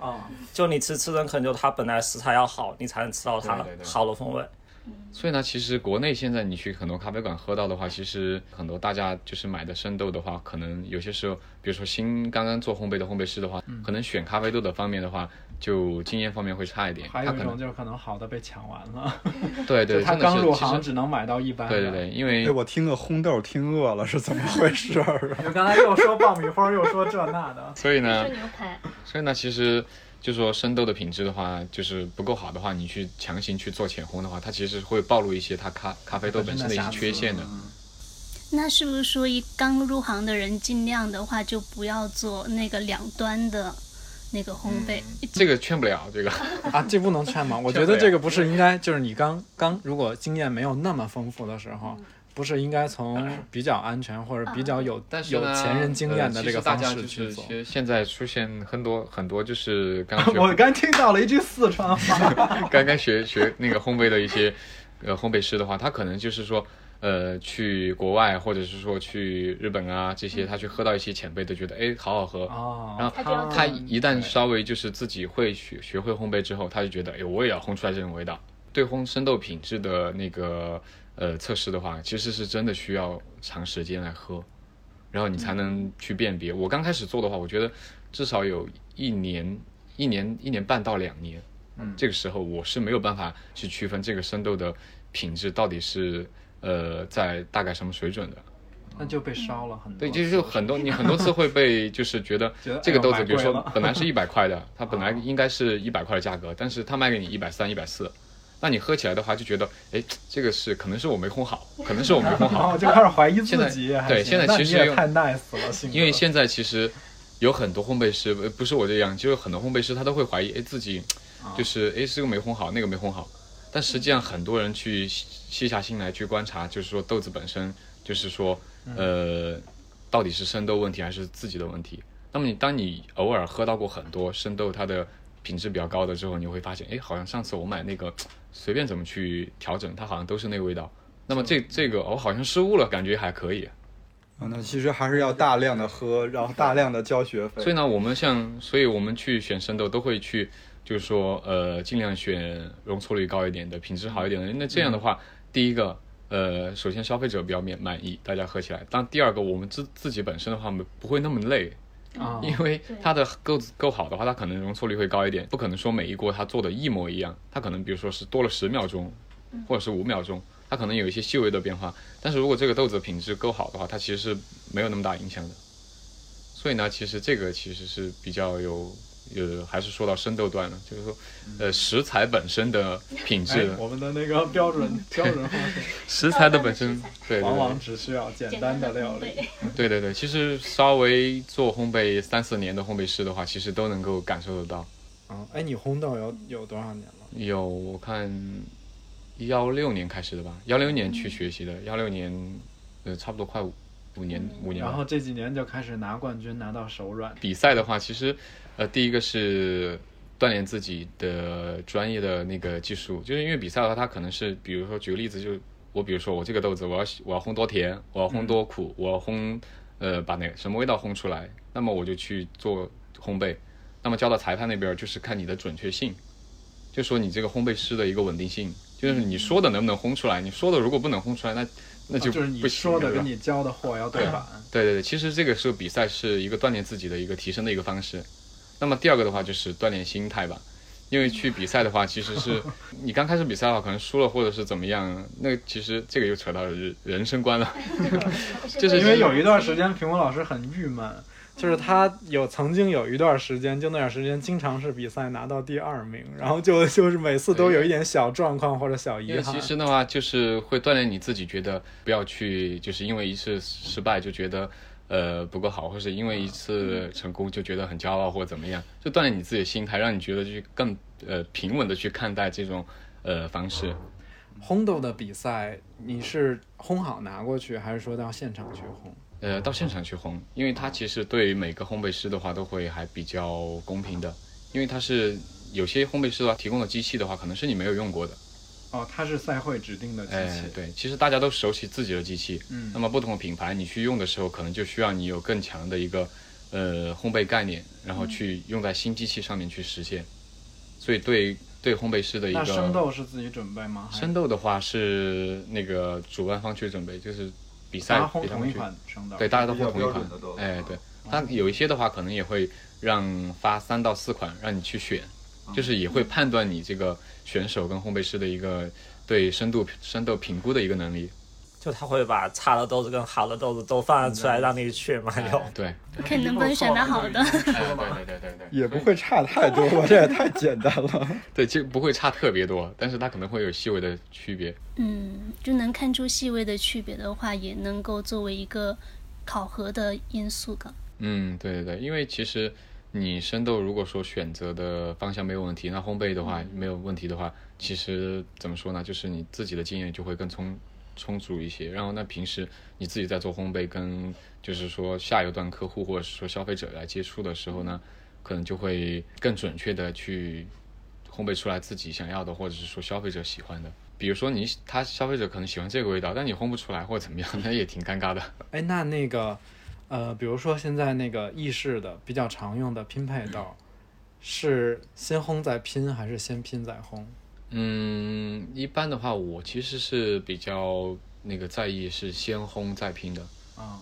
啊，就你吃刺身，可能就它本来食材要好，你才能吃到它对对对好的风味。所以呢，其实国内现在你去很多咖啡馆喝到的话，其实很多大家就是买的生豆的话，可能有些时候，比如说新刚刚做烘焙的烘焙师的话，嗯可能选咖啡豆的方面的话，就经验方面会差一点。还他有一可种能就是可能好的被抢完了，对对， 就他真的刚是入其实行只能买到一般的。对对对，因哎，为，我听个烘豆儿听饿了，是怎么回事儿啊？ 你们刚才又说爆米花，又说这那的所以呢说，牛排，所以呢，其实就说生豆的品质的话，就是不够好的话，你去强行去做浅烘的话，它其实会暴露一些它咖咖啡豆本身的一些缺陷的。嗯那是不是说一刚入行的人尽量的话就不要做那个两端的那个烘焙？嗯这个劝不了，这个 啊，这不能劝吗？我觉得这个不是应该，就是你刚刚如果经验没有那么丰富的时候，嗯不是应该从比较安全或者比较有但是有呢钱人经验的呃这个其实大方家式就去是做其。实现在出现很多很多就是 刚学我刚听到了一句四川话，刚刚学 学那个烘焙的一些呃烘焙师的话，他可能就是说。呃，去国外或者是说去日本啊，这些他去喝到一些前辈的，觉得哎好好喝，嗯哦然后他就要嗯他做一旦稍微就是自己会学学会烘焙之后，他就觉得哎我也要烘出来这种味道。对烘生豆品质的那个呃测试的话，其实是真的需要长时间来喝，然后你才能去辨别。我刚开始做的话，我觉得至少有一年、一年、一年半到两年，嗯，这个时候我是没有办法去区分这个生豆的品质到底是呃在大概什么水准的。那就被烧了很多。对，就是很多你很多次 会被就是觉得觉得这个豆哎子，呦比如说买贵了啊本来是一百块 的，它本来应该是一百块的价格，但是它卖给你一百三、一百四，那你喝起来的话就觉得，哎，这个是可能是我没烘好，可能是我没烘然好，后就开始怀疑现在自己。还对行现在那其你实也用太 nice 了，性格因为现在其实有很多烘焙师，呃不是我这样，就是很多烘焙师他都会怀疑，哎，自己啊就是哎这个没烘好，那个没烘好，但实际上很多人去细细下心来去观察，就是说豆子本身，就是说嗯呃到底是生豆问题还是自己的问题。那么你当你偶尔喝到过很多生豆，它的品质比较高的之后，你会发现，哎，好像上次我买那个随便怎么去调整，它好像都是那个味道。那么这这个我、哦好像失误了，感觉还可以。啊那其实还是要大量的喝，然后大量的交学费。所以呢，我们像，所以我们去选生豆都会去，就是说，呃，尽量选容错率高一点的，品质好一点的。那这样的话，第一个，呃，首先消费者比较满满意，大家喝起来；但第二个，我们自自己本身的话，没不会那么累，啊，因为它的够够好的话，它可能容错率会高一点，不可能说每一锅它做的一模一样，它可能比如说是多了十秒钟，或者是五秒钟，它可能有一些细微的变化。但是如果这个豆子品质够好的话，它其实是没有那么大影响的。所以呢，其实这个其实是比较有。呃，还是说到生豆端了，就是说，呃，食材本身的嗯品哎质，我们的那个标 准标准化是食材的本身，对对往对往只需要简简单单的的料烘理。焙。对对对，其实稍微做烘焙三四年的烘焙师的话，其实都能够感受得到。啊，哎，你烘豆有有多少年了？有，我看幺六年开始的吧，幺六年去学习的，幺六年，呃，差不多快五五年五年然后了。这几年就开始拿冠军，拿到手软。比赛的话，其实，呃，第一个是锻炼自己的专业的那个技术，就是因为比赛的话，它可能是，比如说举个例子，就是我比如说我这个豆子，我要我要烘多甜，我要烘多苦，我要烘，呃，把哪什么味道烘出来，那么我就去做烘焙，那么交到裁判那边儿就是看你的准确性，就说你这个烘焙师的一个稳定性。就是你说的能不能轰出来？你说的如果不能轰出来，那那就啊就是你不行说的对吧跟你教的货要对版。对啊对对，其实这个是比赛是一个锻炼自己的一个提升的一个方式。那么第二个的话就是锻炼心态吧，因为去比赛的话，其实 是你刚开始比赛的话，可能输了或者是怎么样，那其实这个又扯到人人生观了。就是因为有一段时间评委老师很郁闷，就是他有曾经有一段时间，就那段时间经常是比赛拿到第二名，然后就就是每次都有一点小状况或者小因遗为憾其。实的话，就是会锻炼你自己，觉得不要去，就是因为一次失败就觉得呃不够好，或是因为一嗯次成功就觉得很骄傲或怎么样，就锻炼你自己的心态，让你觉得去更呃平稳的去看待这种呃方式。烘豆的比赛，你是烘好拿过去，还是说到现场去烘？呃，到现场去烘，因为它其实对每个烘焙师的话都会还比较公平的，因为它是有些烘焙师的话提供的机器的话，可能是你没有用过的。哦，它是赛会指定的机哎器。，对，其实大家都熟悉自己的机器，嗯那么不同的品牌，你去用的时候，可能就需要你有更强的一个呃烘焙概念，然后嗯去用在新机器上面去实现。所以对对烘焙师的一那个生豆是自己准备吗？还是生豆的话是那个主办方去准备，就是比赛大家烘比赛同方一去款生豆？对，大家都比会较同一标款准的豆。子哎嗯，对，它有一些的话，可能也会让发三到四款让你去选，嗯就是也会判断你这个选手跟烘焙师的一个对深度深度评估的一个能力。就他会把差的豆子跟好的豆子都放出来让你去嘛，哎就对，看能不能选到好的。对啊对对对对，也不会差太多吧？这也太简单了。对，这不会差特别多，但是它可能会有细微的区别。 嗯，就能看出细微的区别的话，也能够作为一个考核的因素的。嗯，对对对，因为其实你生豆如果说选择的方向没有问题，那烘焙的话没有问题的话，其实怎么说呢，就是你自己的经验就会更充充足一些。然后那平时你自己在做烘焙，跟就是说下游端客户或者是说消费者来接触的时候呢，可能就会更准确的去烘焙出来自己想要的，或者是说消费者喜欢的。比如说你他消费者可能喜欢这个味道，但你烘不出来或者怎么样，那也挺尴尬的。哎，那那个，呃，比如说现在那个意式的比较常用的拼配豆，是先烘再拼，还是先拼再烘？嗯，一般的话，我其实是比较那个在意是先烘再拼的，啊、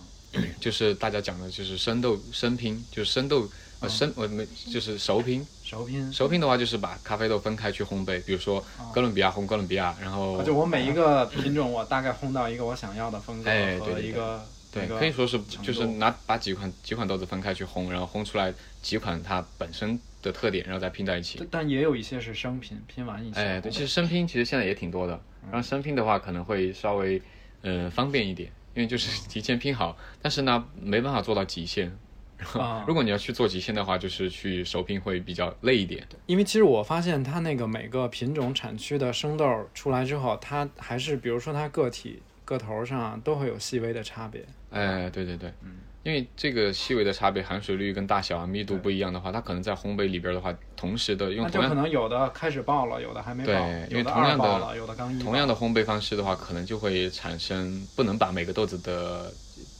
就是大家讲的就是生豆生拼，就是生豆哦呃生呃没就是熟拼。熟拼。熟拼的话就是把咖啡豆分开去烘焙，比如说哥伦比亚烘哥伦比亚，然后哦啊就我每一个品种，我大概烘到一个我想要的风格哎和对对一个对，一个可以说是程就是度拿把几款几款豆子分开去烘，然后烘出来几款它本身的特点，然后再拼在一起但。但也有一些是生拼，拼完一起烘。哎，对，其实生拼其实现在也挺多的，嗯然后生拼的话可能会稍微呃方便一点，因为就是 提前拼好，但是呢没办法做到极限。 然后啊如果你要去做极限的话，就是去熟拼会比较累一点。因为其实我发现它那个每个品种产区的生豆出来之后，它还是比如说它个体个头上啊都会有细微的差别。哎，对对对，嗯因为这个细微的差别，含水率跟大小啊、密度不一样的话，它可能在烘焙里边的话，同时的用那就同可样能有的开始爆了，有的还没爆，对，因有为的同二样爆的了，有的刚一爆。同样的烘焙方式的话，可能就会产生不能把每个豆子的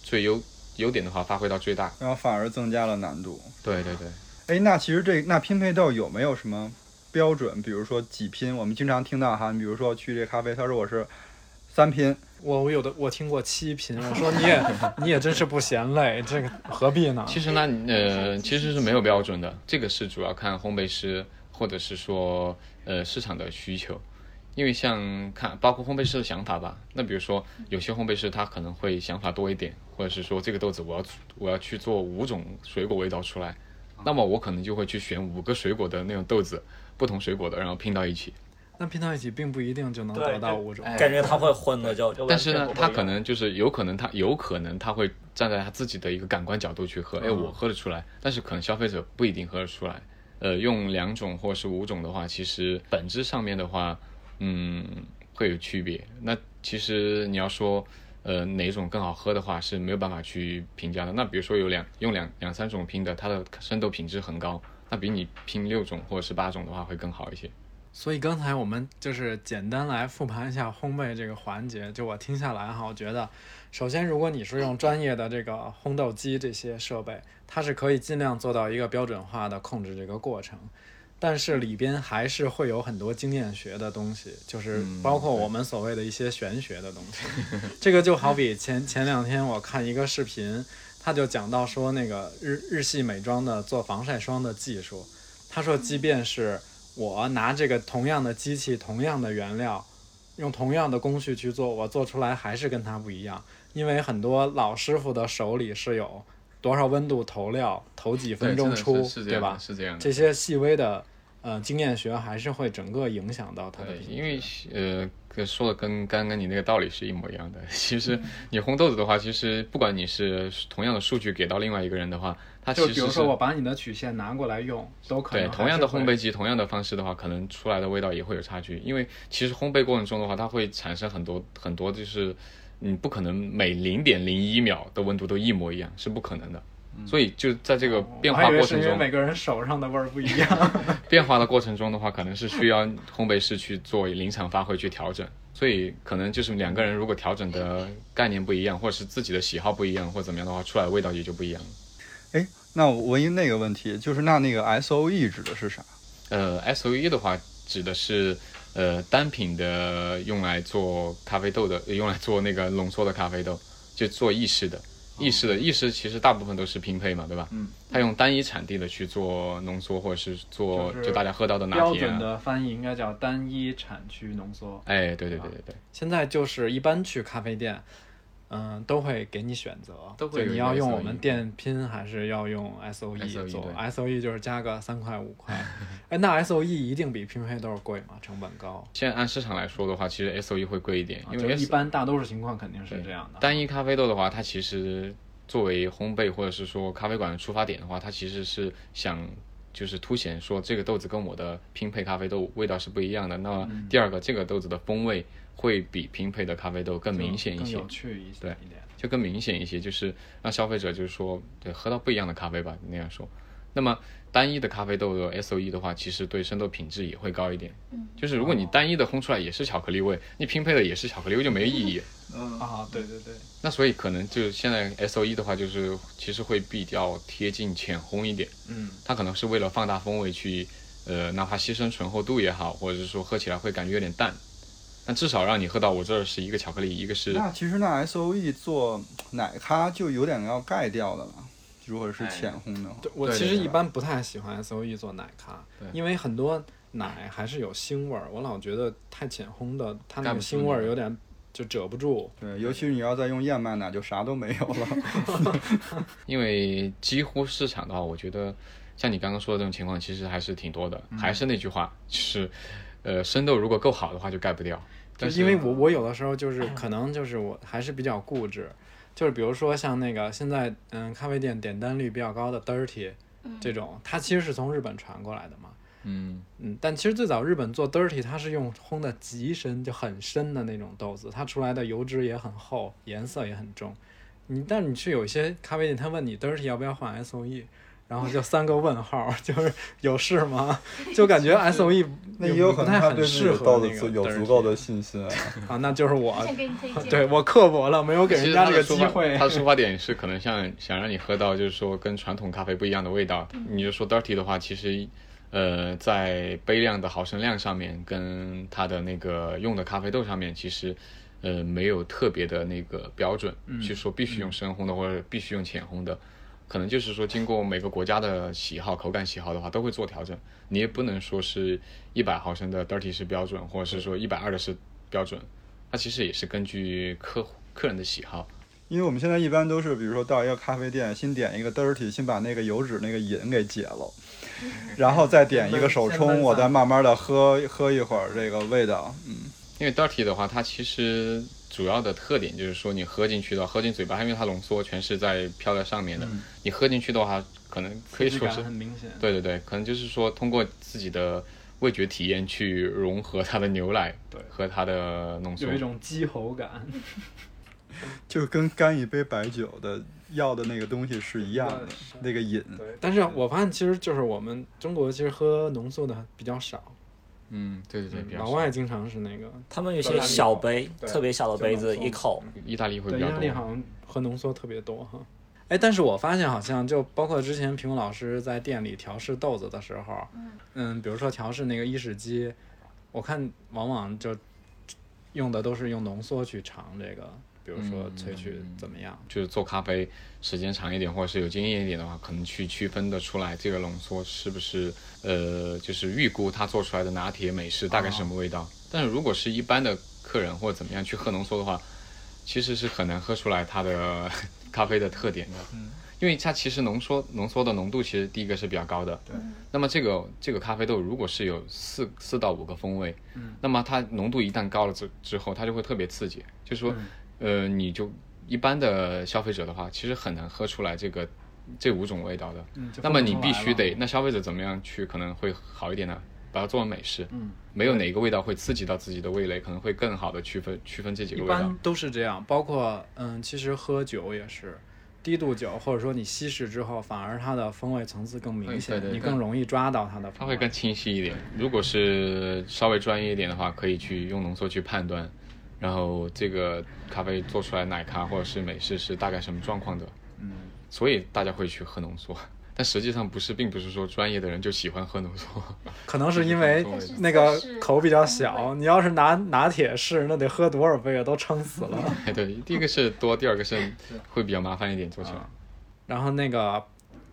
最优优点的话发挥到最大。 然后反而增加了难度。对对对。哎，那其实这那拼配豆有没有什么标准？比如说几拼？我们经常听到哈，你比如说去这咖啡，他说我是三拼，我我有的我听过七品，我说你 也你也真是不嫌累，这个何必呢？其实呢，呃，其实是没有标准的，这个是主要看烘焙师或者是说呃市场的需求，因为像看包括烘焙师的想法吧。那比如说有些烘焙师他可能会想法多一点，或者是说这个豆子我要我要去做五种水果味道出来，那么我可能就会去选五个水果的那种豆子，不同水果的，然后拼到一起。那拼到一起并不一定就能对得到对五种。感觉他会混的就。就完哎但是全呢不，会他有可能就是有可能他有可能他会站在他自己的一个感官角度去喝，哎，我喝得出来，但是可能消费者不一定喝得出来。呃，用两种或是五种的话，其实本质上面的话，嗯，会有区别。那其实你要说，呃，哪种更好喝的话是没有办法去评价的。那比如说有两用两两三种拼的，它的生豆品质很高，那比你拼六种或者是八种的话会更好一些。所以刚才我们就是简单来复盘一下烘焙这个环节。就我听下来哈，我觉得，首先如果你是用专业的这个烘豆机这些设备，它是可以尽量做到一个标准化的控制这个过程。但是里边还是会有很多经验学的东西，就是嗯包括我们所谓的一些玄学的东西。 这个就好比前前两天我看一个视频，他就讲到说那个日日系美妆的做防晒霜的技术，他说即便是我拿这个同样的机器、同样的原料，用同样的工序去做，我做出来还是跟它不一样，因为很多老师傅的手里是有。多少温度投料，投几分钟出，对对吧？是这样的。这些细微的呃经验学还是会整个影响到它的对，品质。因为呃，跟说的跟刚刚你那个道理是一模一样的。 其嗯实你烘豆子的话，其实不管你是同样的数据给到另外一个人的话，它其就实比如是说我把你的曲线拿过来用，都可对能同样的烘还是焙会。机、同样的方式的话，可能出来的味道也会有差距。因为其实烘焙过程中的话，它会产生很多很多，就是你不可能每零点零一秒的温度都一模一样，是不可能的。所以就在这个变嗯哦我化还以为过是程因为中，每个人手上的味儿不一 样。变化的过程中的话，可能是需要烘焙师去做临场发挥去调整，所以可能就是两个人如果调整的概念不一样，或者是自己的喜好不一样，或者怎么样的话，出来的味道也就不一样了。哎，那我问一那个问题，就是那那个 S O E 指的是啥？呃，S O E 的话指的是呃单品的用来做咖啡豆的，呃用来做那个浓缩的咖啡豆，就做意式的。意式的哦意式其实大部分都是拼配嘛，对吧？嗯，它用单一产地的去做浓缩，或者是做就是就大家喝到的拿标铁准啊。的翻译应该叫单一产区浓缩。哎，对对对对对，现在就是一般去咖啡店，嗯、都会给你选择，都会有就你一个 E 要用 SOE 我们店拼还是要用 SOE SOE 做 E，对 SOE 就是加个三块五 块，哎，那 SOE 一定比拼配豆儿贵吗？成本高？啊现在按市场来说的话，其实 S O E 会贵一点，因就为 S 一般大多数情况肯定是对这样的。单一咖啡豆的话，它其实作为烘焙或者是说咖啡馆的出发点的话，它其实是想就是凸显说这个豆子跟我的拼配咖啡豆味道是不一样的。那么嗯第二个，这个豆子的风味会比拼配的咖啡豆更明显一更些有，趣一些对一点。就更明显一些，就是让消费者就是说，对，喝到不一样的咖啡吧，那样说。那么单一的咖啡豆的 S O E 的话，其实对生豆品质也会高一点。嗯，就是如果你单一的烘出来也是巧克力味，你拼配的也是巧克力味就没意义。嗯啊，对对对，那所以可能就现在 S O E 的话，就是其实会比较贴近浅烘一点，嗯，它可能是为了放大风味去，呃，哪怕牺牲醇厚度也好，或者是说喝起来会感觉有点淡，但至少让你喝到我这儿是一个巧克力，一个是那其实那 S O E 做奶咖就有点要盖掉的了。如果是浅烘的话，对我对其对实对一般不太喜欢 S O E 做奶咖对，因为很多奶还是有腥味儿，我老觉得太浅烘的，它那盖个不住腥味儿那个有点就遮不住。对，尤其是你要再用燕麦奶，就啥都没有了。因为几乎市场的话，我觉得像你刚刚说的这种情况，其实还是挺多的。还是那句话，就是，呃，生豆如果够好的话就盖不掉，就但嗯因为我我有的时候就是可能就是我还是比较固执，就是比如说像那个现在嗯咖啡店点单率比较高的 Dirty 这种，它其实是从日本传过来的嘛。嗯，嗯，但其实最早日本做 dirty，它是用烘的极深，就很深的那种豆子，它出来的油脂也很厚，颜色也很重。你但你去有一些咖啡店，他问你 dirty 要不要换 SOE，然后就三个问号， 就是有事吗？就感 觉 SOE 那也有不可太能他很对自己适的合豆那子个有 dirty 足够的信心啊。啊，那就是我我想给你推荐，对我刻薄了，没有给其人实家他这的个出机发会他。的出发点是可能像想让你喝到，就是说跟传统咖啡不一样的味道。你就说 dirty 的话，其实，呃，在杯量的毫升量上面，跟它的那个用的咖啡豆上面，其实，呃，没有特别的那个标准，嗯去说必须用深烘的或者必须用浅烘的。可能就是说，经过每个国家的喜好、口感喜好的话，都会做调整。你也不能说是一百毫升的 dirty 是标准，或者是说一百二的是标准。它其实也是根据客户客人的喜好，因为我们现在一般都是，比如说到一个咖啡店，先点一个 dirty，先把那个油脂那个瘾给解了，然后再点一个手先分冲，散我再慢慢的喝喝一会儿这个味道。嗯，因为 dirty 的话，它其实主要的特点就是说，你喝进去的话，喝进嘴巴，因为它浓缩全是在飘在上面的，你喝进去的话，可能可以质嗯说感啊是，很明显，对对对，可能就是说通过自己的味觉体验去融合它的牛奶，对和它的浓缩有一，种鸡喉感。就跟干一杯白酒的要的那个东西是一样的是，那个瘾。对，但是我发现其实就是我们中国其实喝浓缩的比较少，嗯，对对对，比较老少外经常是那个他们有些小杯，对特别小的杯子，一口。嗯意大利会比对，意较大利多，好像喝浓缩特别多哈。哎，但是我发现好像就包括之前评委老师在店里调试豆子的时候，嗯，比如说调试那个意式机，我看往往就用的都是用浓缩去尝这个，比如说嗯萃取怎么样，就是做咖啡时间长一点，或者是有经验一点的话，可能去区分的出来这个浓缩是不是呃，就是预估他做出来的拿铁美式大概是什么味道。但是如果是一般的客人或者怎么样去喝浓缩的话，其实是很难喝出来它的 咖啡的特点的。嗯，因为它其实浓缩浓缩的浓度其实第一个是比较高的。对。那么这个这个咖啡豆如果是有四四到五个风味，嗯，那么它浓度一旦高了之之后，它就会特别刺激，就是说，呃，你就一般的消费者的话，其实很难喝出来这个这五种味道的。嗯就那么分不你出必来须了嗯得，那消费者怎么样去可能会好一点呢？把它做成美式，嗯，没有哪个味道会刺激到自己的味蕾，可能会更好的区分区分这几一个味道般。都是这样。包括嗯，其实喝酒也是。低度酒，或者说你稀释之后，反而它的风味层次更明对显，哎对你对更容易抓到它的它风味。会更清晰一点。如果是稍微专业一点的话，可以去用浓缩去判断，然后这个咖啡做出来奶咖或者是美式是大概什么状况的。嗯，所以大家会去喝浓缩，但实际上不是，并不是说专业的人就喜欢喝浓 缩。 可能是因为这是那个是口比较风小，你要是拿拿铁试，那得喝多少杯啊，都撑死了。 哎，对，第一个是多，第二个是会比较麻烦一点做起来。然后那个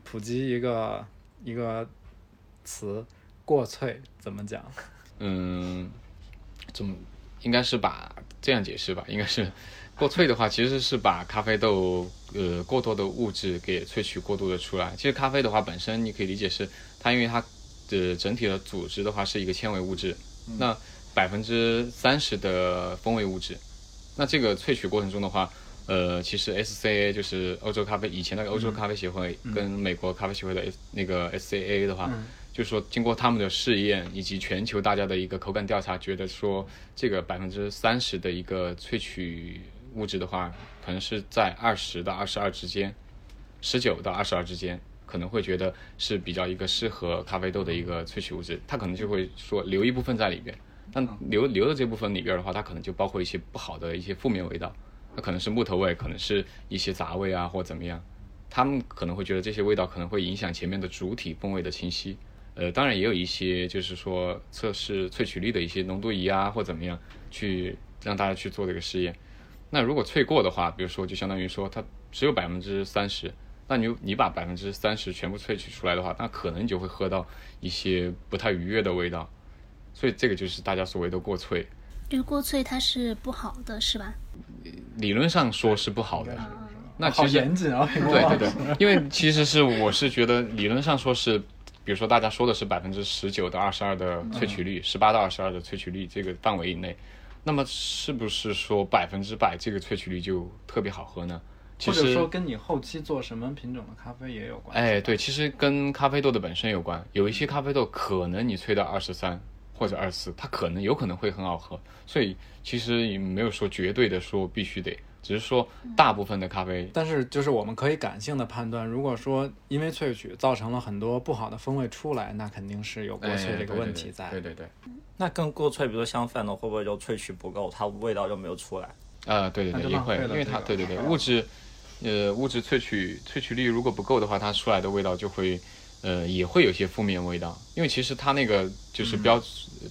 普及一个一个词，过萃怎么讲？嗯，怎么应该是把这样解释吧？应该是呃过萃的话，其实是把咖啡豆呃过多的物质给萃取过度的出来。其实咖啡的话本身你可以理解是它，因为它的整体的组织的话是一个纤维物质，那百分之三十的风味物质，那这个萃取过程中的话。呃，其实 SCA 就是欧洲咖啡以前那个欧洲咖啡协会跟美国咖啡协会的 S、那个 SCA 的话，就是说经过他们的试验以及全球大家的一个口感调查，觉得说这个百分之三十的一个萃取物质的话，可能是在二十到二十二之间，十九到二十二之间，可能会觉得是比较一个适合咖啡豆的一个萃取物质，它可能就会说留一部分在里边。但留留的这部分里边的话，它可能就包括一些不好的一些负面味道，那可能是木头味，可能是一些杂味啊，或怎么样。他们可能会觉得这些味道可能会影响前面的主体风味的清晰。呃，当然也有一些就是说测试萃取率的一些浓度仪啊，或怎么样去让大家去做这个试验。那如果萃过的话，比如说就相当于说它只有百分之三十，那你你把百分之三十全部萃取出来的话，那可能你就会喝到一些不太愉悦的味道。所以这个就是大家所谓的过萃，就是过萃它是不好的，是吧？理论上说是不好的。那好其实严谨啊！对 对对，因为其实是我是觉得理论上说是，比如说大家说的是百分之十九到二十二嗯的萃取率，十八到二十二的萃取率这个范围以内，那么是不是说百分之百这个萃取率就特别好喝呢？其或者实说跟你后期做什么品种的咖啡也有关系。哎，对，其实跟咖啡豆的本身有关。有一些咖啡豆可能你萃到二十三或者二十四，它可能有可能会很好喝，所以其实也没有说绝对的说必须得，只是说嗯大部分的咖啡但是就是我们可以感性的判断，如果说因为萃取造成了很多不好的风味出来，那肯定是有过萃这个问题在。哎对对对，那跟过萃，比如说相反的，会不会就萃取不够，它味道就没有出来？呃，对那对就对，也浪会，费因了为这它个对对对物质，呃，物质萃取萃取率如果不够的话，它出来的味道就会，呃，也会有些负面味道。因为其实它那个就是标、嗯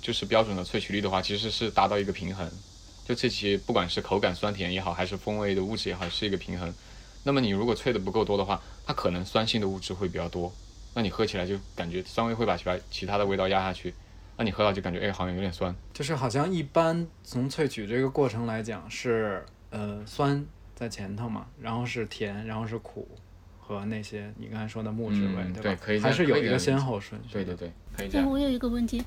就是标准的萃取率的话，其实是达到一个平衡，就这些不管是口感酸甜也好，还是风味的物质也好，是一个平衡。那么你如果萃的不够多的话，它可能酸性的物质会比较多，那你喝起来就感觉酸味会把其他其他的味道压下去，那你喝到就感觉哎好像有点酸。就是好像一般从萃取这个过程来讲是呃酸在前头嘛，然后是甜，然后是苦和那些你刚才说的木质味，嗯吧？对可以这还样是有可以一这个样先后顺序。对对对，可以这哎，样。我有一个问题，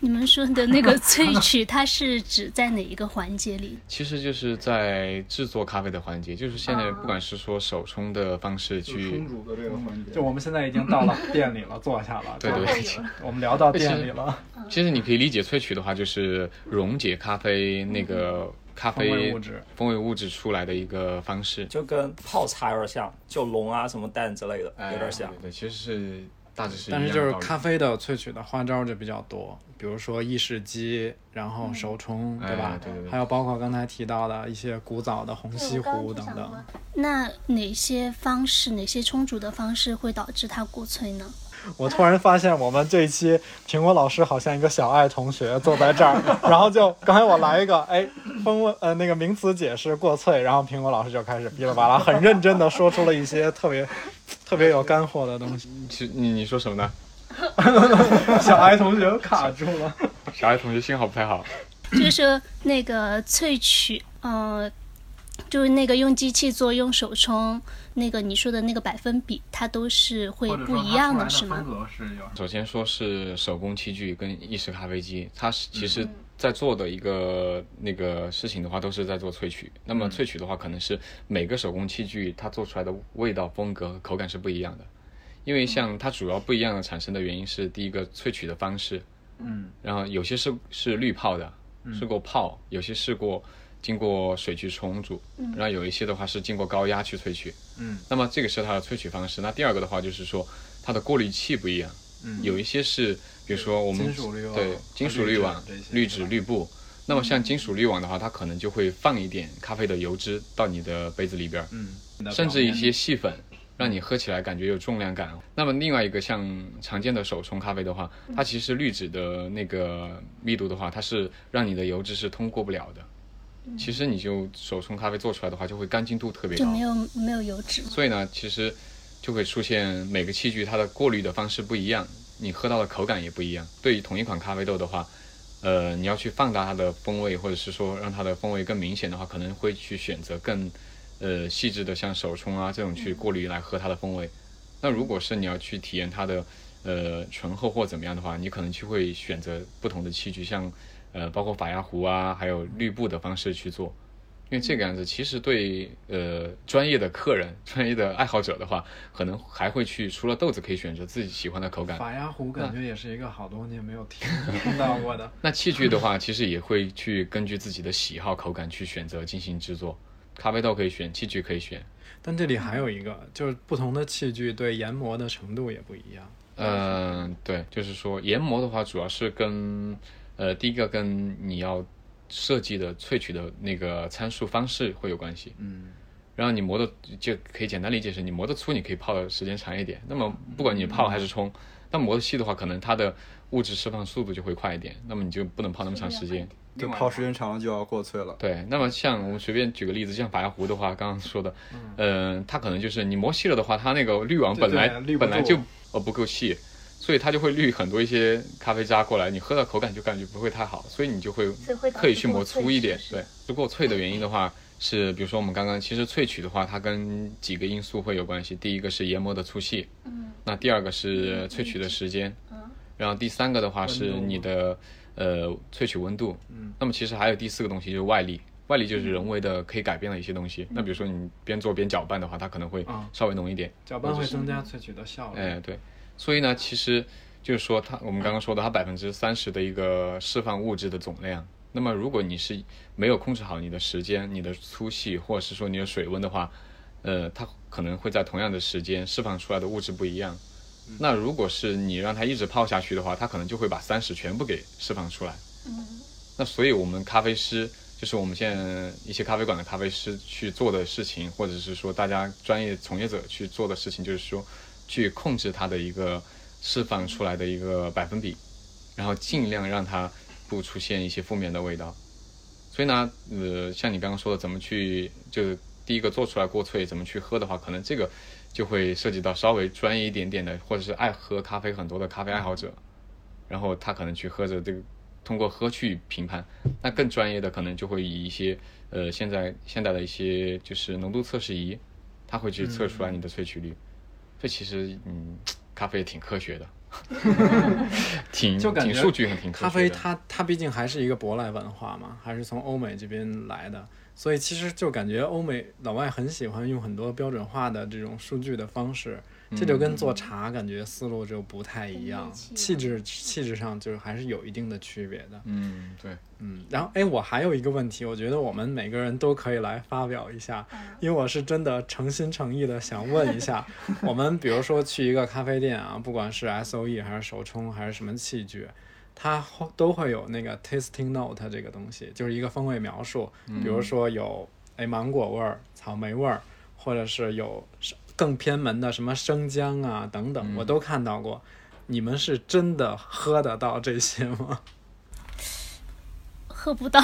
你们说的那个萃取，它是指在哪一个环节里？其实就是在制作咖啡的环节，就是现在不管是说手冲的方式去，煮的这个环节就我们现在已经到 了店里了，坐下了。对就对会有对，我们聊到店里了，其实你可以理解萃取的话，就是溶解咖啡那个咖啡嗯风味物质风味物质出来的一个方式，就跟泡茶有点像，就龙啊什么蛋之类的，有哎点像。对对，对其实是大致是一但样是的就是道理咖啡的萃取的花招就比较多，比如说意式机，然后手冲，哎对吧？对对对还有包括刚才提到的一些古早的红西湖等等。那哪些方式，哪些冲煮的方式会导致它固萃呢？我突然发现，我们这一期苹果老师好像一个小爱同学坐在这儿， 然后就刚才我来一个，哎，分问呃那个名词解释过萃，然后苹果老师就开始哔啦吧啦，很认真的说出了一些特别特别有干货的东西。其实你你说什么呢？小爱同学卡住了，小爱同学信号不太好。就是说那个萃取，呃，就是那个用机器做、用手冲，那个你说的那个百分比，它都是会不一样的，是吗？格是有首先说是手工器具跟意式咖啡机，它是其实在做的一个、那个事情的话，都是在做萃取。那么萃取的话，可能是每个手工器具它做出来的味道、风格、口感是不一样的。因为像它主要不一样的产生的原因是，第一个萃取的方式，嗯，然后有些是是滤泡的，试过泡，有些试过经过水去冲煮，然后有一些的话是经过高压去萃取，嗯，那么这个是它的萃取方式。那第二个的话就是说它的过滤器不一样，嗯，有一些是比如说我们金属滤网对金属滤网和滤纸这些、滤是纸、吧滤布。那么像金属滤网的话，它可能就会放一点咖啡的油脂到你的杯子里边，嗯，甚至一些细粉，让你喝起来感觉有重量感。那么另外一个像常见的手冲咖啡的话，嗯它其实滤纸的那个密度的话，它是让你的油脂是通过不了的。其实你就手冲咖啡做出来的话，就会干净度特别嗯就高没。有没有油脂吗？所以呢，其实就会出现每个器具它的过滤的方式不一样，你喝到的口感也不一样。对于同一款咖啡豆的话，呃，你要去放大它的风味，或者是说让它的风味更明显的话，可能会去选择更呃细致的像手冲啊这种嗯去过滤来喝它的风味。那如果是你要去体验它的呃醇厚或怎么样的话，你可能就会选择不同的器具，像呃包括法压壶啊，还有滤布的方式去做。因为这个样子，其实对呃专业的客人、专业的爱好者的话，可能还会去除了豆子可以选择自己喜欢的口感，法压壶，感觉也是一个好多年没有听听到过的。那器具的话，其实也会去根据自己的喜好、口感去选择进行制作。咖啡豆可以选，器具可以选，但这里还有一个，就是不同的器具对研磨的程度也不一样。嗯，对，就是说研磨的话，主要是跟呃第一个跟你要设计的萃取的那个参数方式会有关系。嗯，然后你磨的就可以简单理解是，你磨的粗，你可以泡的时间长一点。那么不管你泡还是冲，那磨的细的话，可能它的物质释放速度就会快一点，那么你就不能泡那么长时间。就泡时间长了就要过萃了。对，那么像我们随便举个例子，像法压壶的话，刚刚说的，嗯、它可能就是你磨细了的话，它那个滤网对本来对滤不本来住就呃不够细，所以它就会滤很多一些咖啡渣过来，你喝的口感就感觉不会太好，所以你就会所以会导刻意致去过磨萃粗一是点不。是嗯对，如果萃的原因的话，是比如说我们刚刚其实萃取的话，它跟几个因素会有关系，第一个是研磨的粗细，嗯，那第二个是萃取的时间，嗯，然后第三个的话是你的呃萃取温度，嗯，那么其实还有第四个东西就是外力，外力就是人为的可以改变的一些东西。那比如说你边做边搅拌的话，它可能会嗯稍微浓一点，搅拌会增加萃取的效率。哎，对，所以呢，其实就是说它，我们刚刚说的，它百分之三十的一个释放物质的总量。那么如果你是没有控制好你的时间、你的粗细，或者是说你的水温的话，呃，它可能会在同样的时间释放出来的物质不一样。那如果是你让它一直泡下去的话，它可能就会把三十全部给释放出来。那所以我们咖啡师，就是我们现在一些咖啡馆的咖啡师去做的事情，或者是说大家专业从业者去做的事情，就是说去控制它的一个释放出来的一个百分比，然后尽量让它不出现一些负面的味道。所以呢，呃，像你刚刚说的，怎么去就是第一个做出来过萃，怎么去喝的话，可能这个就会涉及到稍微专业一点点的，或者是爱喝咖啡很多的咖啡爱好者，然后他可能去喝着这个，通过喝去评判。那更专业的可能就会以一些呃现在现代的一些就是浓度测试仪，它会去测出来你的萃取率。这其实嗯，咖啡也挺 科学的，挺就感挺觉数据很挺科学咖的。啡它它毕竟还是一个舶来文化嘛，还是从欧美这边来的，所以其实就感觉欧美老外很喜欢用很多标准化的这种数据的方式嗯这就跟做茶感觉思路就不太一样，嗯气质气质上就是还是有一定的区别的。嗯，对，嗯，然后哎，我还有一个问题，我觉得我们每个人都可以来发表一下，因为我是真的诚心诚意的想问一下，我们比如说去一个咖啡店啊，不管是 S O E 还是手冲还是什么器具，它后都会有那个 tasting note 这个东西，就是一个风味描述，比如说有哎芒果味儿、草莓味儿，或者是有更偏门的什么生姜啊等等，我都看到过。你们是真的喝得到这些吗？喝不到。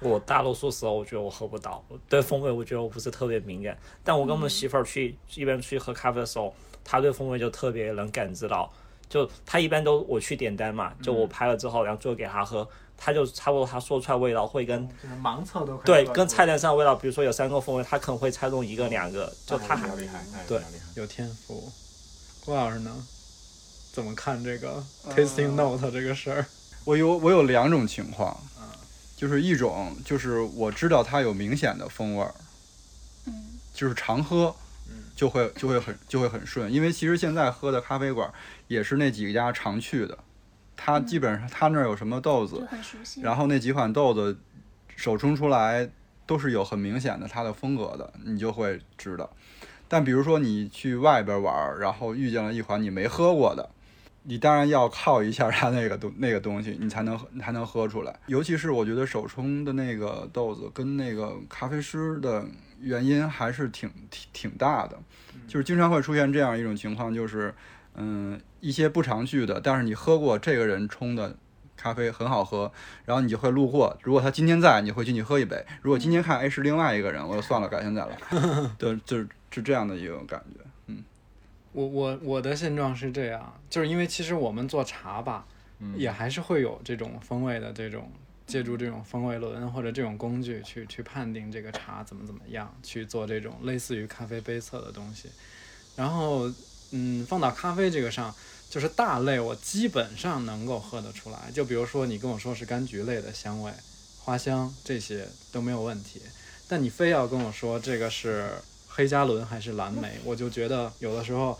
我大多数时候我觉得我喝不到，我对风味我觉得我不是特别敏感。但我跟我们媳妇儿去一边去喝咖啡的时候，她对风味就特别能感知到。就她一般都我去点单嘛，就嗯我拍了之后，然后最后给她喝，她就差不多她说出来味道会跟就是盲测都可以对做出跟来菜单上的味道，比如说有三个风味，她可能会猜中一个两个，就她还厉害，对厉害。有天赋。郭老师呢？怎么看这个 tasting note 这个事儿？我有我有两种情况，就是一种就是我知道它有明显的风味儿，嗯就是常喝，就会就会很就会很顺，因为其实现在喝的咖啡馆也是那几家常去的，它基本上它那儿有什么豆就子，很熟悉。然后那几款豆子手冲出来都是有很明显的它的风格的，你就会知道。但比如说你去外边玩儿，然后遇见了一款你没喝过的，你当然要靠一下它那个东 那个东西，你才能你才能喝出来。尤其是我觉得手冲的那个豆子跟那个咖啡师的原因还是挺挺挺大的，就是经常会出现这样一种情况，就是嗯一些不常去的，但是你喝过这个人冲的咖啡很好喝，然后你就会路过，如果他今天在，你会进去喝一杯；如果今天看哎是另外一个人，我就算了，改天再 来。对，就是是这样的一种感觉。嗯我我我的现状是这样，就是因为其实我们做茶吧，也还是会有这种风味的这种借助这种风味轮或者这种工具去去判定这个茶怎么怎么样，去做这种类似于咖啡杯测的东西。然后，嗯，放到咖啡这个上，就是大类我基本上能够喝得出来。就比如说你跟我说是柑橘类的香味、花香这些都没有问题，但你非要跟我说这个是黑加仑还是蓝嗯莓，我就觉得有的时候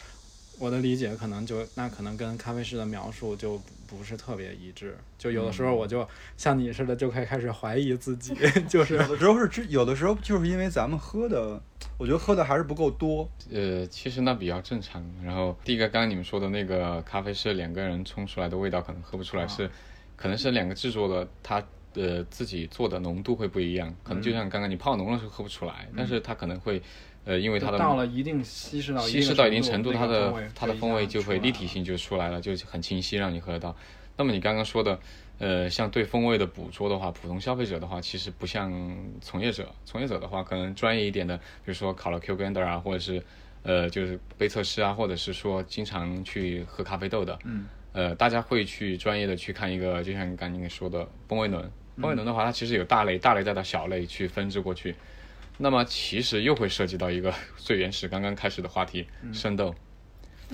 我的理解可能就那可能跟咖啡师的描述就不是特别一致。就有的时候我就像你似的，就可以开始怀疑自 己，就是有的时候是知，有的时候就是因为咱们喝的，我觉得喝的还是不够多。呃，其实那比较正常。然后第一个，刚刚你们说的那个咖啡是两个人冲出来的味道，可能喝不出来是，可能是两个制作的它呃自己做的浓度会不一样，可能就像刚刚你泡浓了是喝不出来，但是它可能会呃因为它的到了一定稀释到稀释到一定程度，那它个的风味它的就风一味样就会出来立了体性就出来了，就很清晰，让你喝得到。那么你刚刚说的，呃，像对风味的捕捉的话，普通消费者的话，其实不像从业者，从业者的话，可能专业一点的，比如说考了 Q Blender 啊，或者是呃，就是杯测师啊，或者是说经常去喝咖啡豆的，嗯，呃，大家会去专业的去看一个，就像刚刚说的风味轮。风嗯味轮的话，它其实有大类、大类再到小类去分支过去。那么其实又会涉及到一个 最原始刚刚开始的话题，嗯生豆。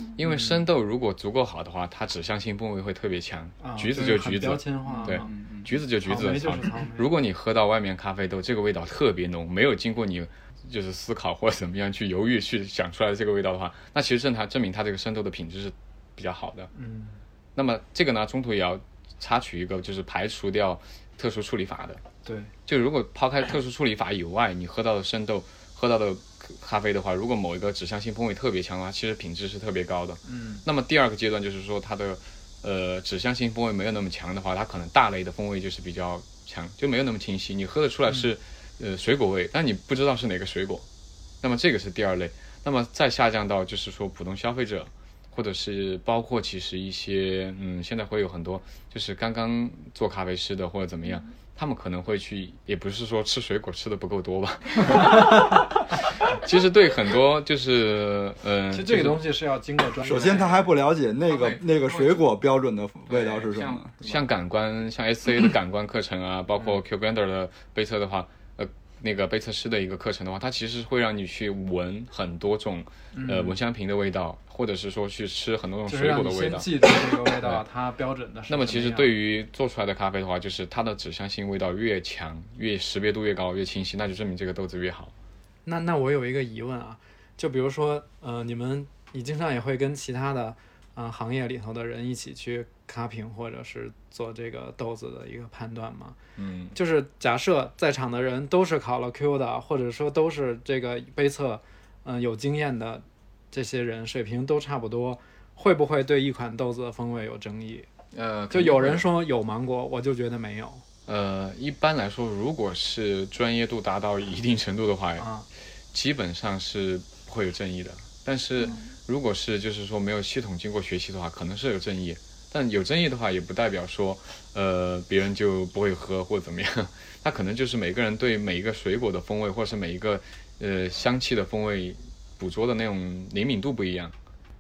因为生豆如果足够好的话，它指向性部位会特别强。啊橘子是很橘标子，签化对嘛，橘子就橘草子莓就草是莓草莓如果你喝到外面咖啡豆，这个味道特别浓，没有经过你就是思考或者怎么样去犹豫去想出来的这个味道的话，那其实证它证明它这个生豆的品质是比较好的。嗯，那么这个呢，中途也要插取一个，就是排除掉特殊处理法的。对，就如果抛开特殊处理法以外，你喝到的生豆、喝到的咖啡的话，如果某一个指向性风味特别强的话，其实品质是特别高的。嗯，那么第二个阶段就是说它的呃指向性风味没有那么强的话，它可能大类的风味就是比较强，就没有那么清晰。你喝得出来嗯是、呃水果味，但你不知道是哪个水果。那么这个是第二类，那么再下降到就是说普通消费者，或者是包括其实一些嗯，现在会有很多就是刚刚做咖啡师的或者怎么样，嗯他们可能会去，也不是说吃水果吃的不够 多吧，其实对很多就是嗯，其实这个就是东西是要经过专业。首先，他还不了解那个对那个水果标准的味道是什么像。像感官，像 S A 的感官课程啊，包嗯括 Q Blender 的杯测的话，呃，那个杯测师的一个课程的话，它其实会让你去闻很多种，呃，蚊香瓶的味道，或者是说去吃很多种嗯就是水让果你的味先道。记住这个味道，它标准的是什那样。么其实对于做出来的咖啡的话，就是它的指向性味道越强，越识别度越高，越清晰，那就证明这个豆子越好。那那我有一个疑问啊，就比如说，呃，你们你经常也会跟其他的啊、呃行业里头的人一起去咖评或者是做这个豆子的一个判断吗？嗯，就是假设在场的人都是考了 Q 的，或者说都是这个杯测，嗯、有经验的这些人，水平都差不多，会不会对一款豆子的风味有争议？呃，就有人说有芒果，我就觉得没有呃，一般来说，如果是专业度达到一定程度的话，啊，基本上是不会有争议的。但是如果是就是说没有系统经过学习的话，可能是有争议。但有争议的话，也不代表说，呃，别人就不会喝或者怎么样。 那可能就是每个人对每一个水果的风味，或者是每一个呃香气的风味捕捉的那种灵敏度不一样。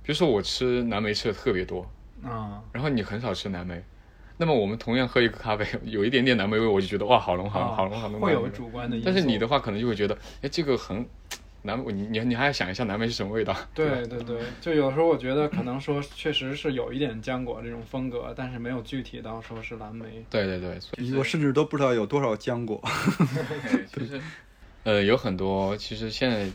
比如说我吃蓝莓吃的特别多，啊，然后你很少吃蓝莓，那么我们同样喝一个咖啡， 有一点点蓝莓味，我就觉得哇，好浓，好浓，好浓，好浓。啊会好有浓主观的因素，但是你的话可能就会觉得，哎，这个很南，你你你还要想一下南莓是什么味道？ 吧对对对，就有时候我觉得可能说确实是有一点浆果这种风格，但是没有具体到说是蓝莓。对对对，所以我甚至都不知道有多少浆果。其实呃有很多，其实现在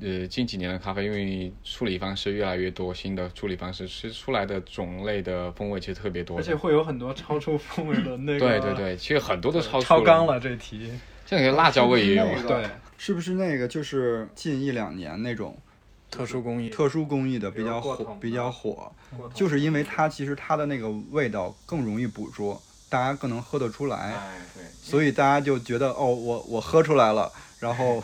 呃近几年的咖啡，因为处理方式越来越多，新的处理方式，其实出来的种类的风味其实特别多而的。且会有很多超出风味的那个，对对，对，其实很多都超出超纲了，了这题，像有些辣椒味也 有那个对，是不是那个就是近一两年那种特殊工艺，特殊工艺的比比如较过火桶，比的较火，就是因为它其实它的那个味道更容易捕捉，大家更能喝得出来，哎，对。所以大家就觉得哦，我我喝出来了，然后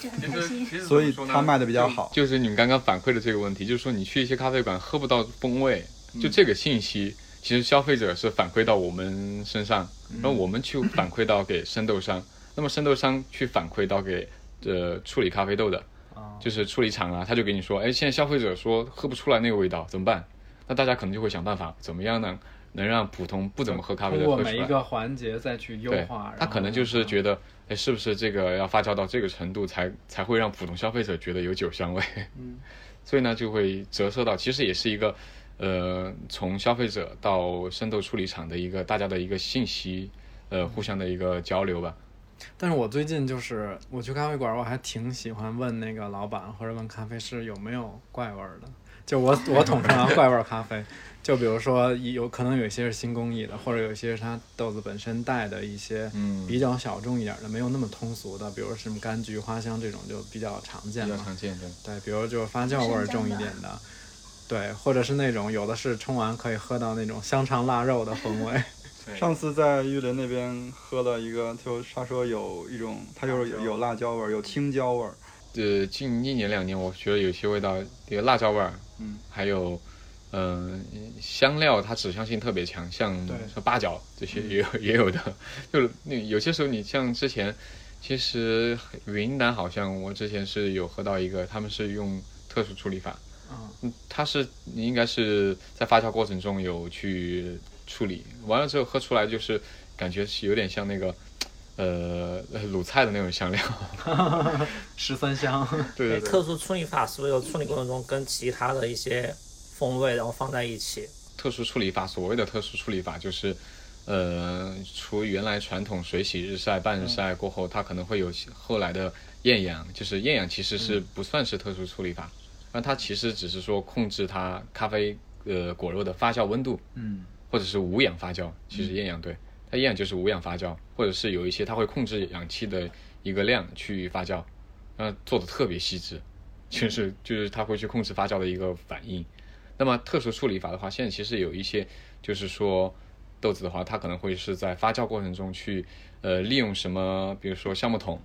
就很开心。其实所以它卖的比较好。就是你们刚刚反馈的这个问题，就是说你去一些咖啡馆喝不到风味，嗯就这个信息，其实消费者是反馈到我们身上，嗯然后我们去反馈到给生豆商，那么生豆商去反馈到给呃处理咖啡豆的，啊，就是处理厂啊，他就给你说，哎，现在消费者说喝不出来那个味道，怎么办？那大家可能就会想办法，怎么样呢？能让普通不怎么喝咖啡通的过喝出每一来。个环节再去优对化，，他可能就是得觉得，哎，是不是这个要发酵到这个程度才才会让普通消费者觉得有酒香味？嗯， 所以呢，就会折射到，其实也是一个，呃，从消费者到生豆处理厂的一个大家的一个信息，呃，互相的一个交流吧。但是我最近就是我去咖啡馆，我还挺喜欢问那个老板或者问咖啡师有没有怪味儿的。就我我统 称为怪味儿咖啡，就比如说有可能有一些是新工艺的，或者有一些是它豆子本身带的一些嗯比较小众一点的，没有那么通俗的，比如什么柑橘、花香这种就比较常见比较嘛。常见的，对，比如就是发酵味儿重一点的，对，或者是那种有的是冲完可以喝到那种香肠腊肉的风 味。上次在玉林那边喝了一个，就他说有一种，它就是有有辣椒味儿，有青椒味儿，呃，近一年两年，我觉得有些味道，这个辣椒味儿，嗯，还有，嗯、香料它指向性特别强，像对像八角这些也有、也有的， 就那有些时候你像之前，其实云南好像我之前是有喝到一个，他们是用特殊处理法，嗯，嗯，它是你应该是在发酵过程中有去处理，完了之后喝出来就是感觉是有点像那个，呃，鲁菜的那种香料，十三香，对对对。特殊处理法是不是有处理过程中跟其他的一些风味然后放在一起？特殊处理法，所谓的特殊处理法就是，呃，除原来传统水洗、日晒、半日晒过后，它可能会有后来的厌氧，就是厌氧其实是不算是特殊处理法，那、它其实只是说控制它咖啡呃果肉的发酵温度，嗯，或者是无氧发酵，其实厌氧对，它厌氧就是无氧发酵，或者是有一些它会控制氧气的一个量去发酵，那做的特别细致，就是 就是它会去控制发酵的一个反应。那么特殊处理法的话，现在其实有一些就是说豆子的话，它可能会是在发酵过程中去呃利用什么，比如说橡木桶。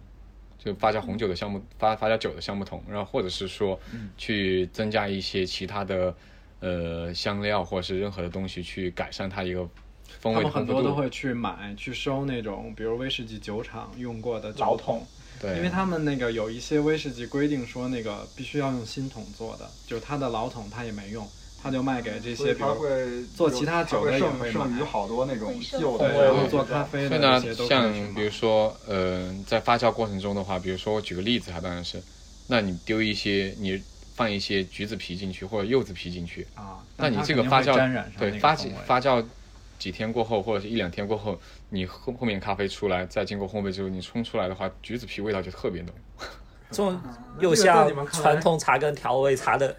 就发酵红酒的橡木发发酵酒的橡木桶，然后或者是说嗯去增加一些其他的呃香料或者是任何的东西去改善它一个风他味的们很丰富多都度。会去买去收那种，比如威士忌酒厂用过的酒老桶桶，对，因为他们那个有一些威士忌规定说那个必须要用新桶做的，就是他的老桶他也没用，他就卖给这所些，以比它如会做其他酒的它也剩会剩买余好多那种会剩旧的对，然后对做咖啡所的以这呢些，都可像以去买比如说，呃，在发酵过程中的话，比如说我举个例子哈，当然是，那你丢一些，你放一些橘子皮进去或者柚子皮进去，啊，那但你它这肯定发会酵沾染上那对个发风几味发酵几天过后，或者是一两天过后，你后后面咖啡出来，再经过烘焙之后，你冲出来的话，橘子皮味道就特别浓，这种那又这个在像你们看来传统茶跟调味茶的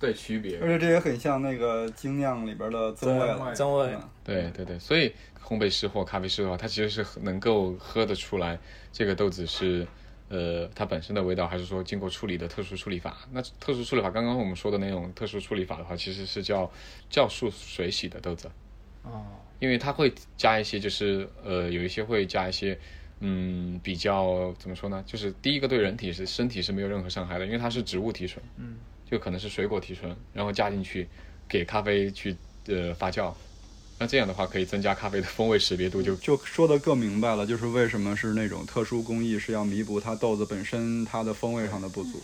对区别而且这也很像那个精酿里边的增味了。真味。嗯对对对，所以烘焙师或咖啡师的话，他其实是能够喝得出来这个豆子是，呃，它本身的味道，还是说经过处理的特殊处理法？那特殊处理法，刚刚我们说的那种特殊处理法的话，其实是叫酵素水洗的豆子，哦，因为它会加一些，就是呃，有一些会加一些，嗯，比较怎么说呢？就是第一个对人体是身体是没有任何伤害的，因为它是植物提纯，嗯，就可能是水果提纯，然后加进去给咖啡去呃发酵，那这样的话可以增加咖啡的风味识别度就，就说的更明白了，就是为什么是那种特殊工艺是要弥补它豆子本身它的风味上的不足。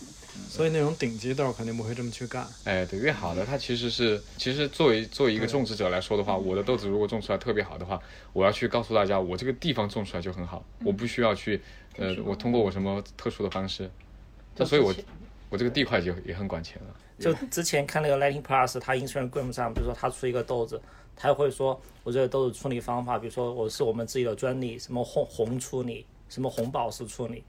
所以那种顶级豆肯定不会这么去干。哎对越好的它其实是其实作为作为一个种植者来说的话，我的豆子如果种出来特别好的话，我要去告诉大家我这个地方种出来就很好，我不需要去呃我通过我什么特殊的方式，那所以我我这个地块就也很管钱了。就之前看那个 Lighting Plus，它 Instagram 上，比如说它出一个豆子，它会说我这个豆子处理方法，比如说我是我们自己的专利，什么红红处理，什么红宝石处理，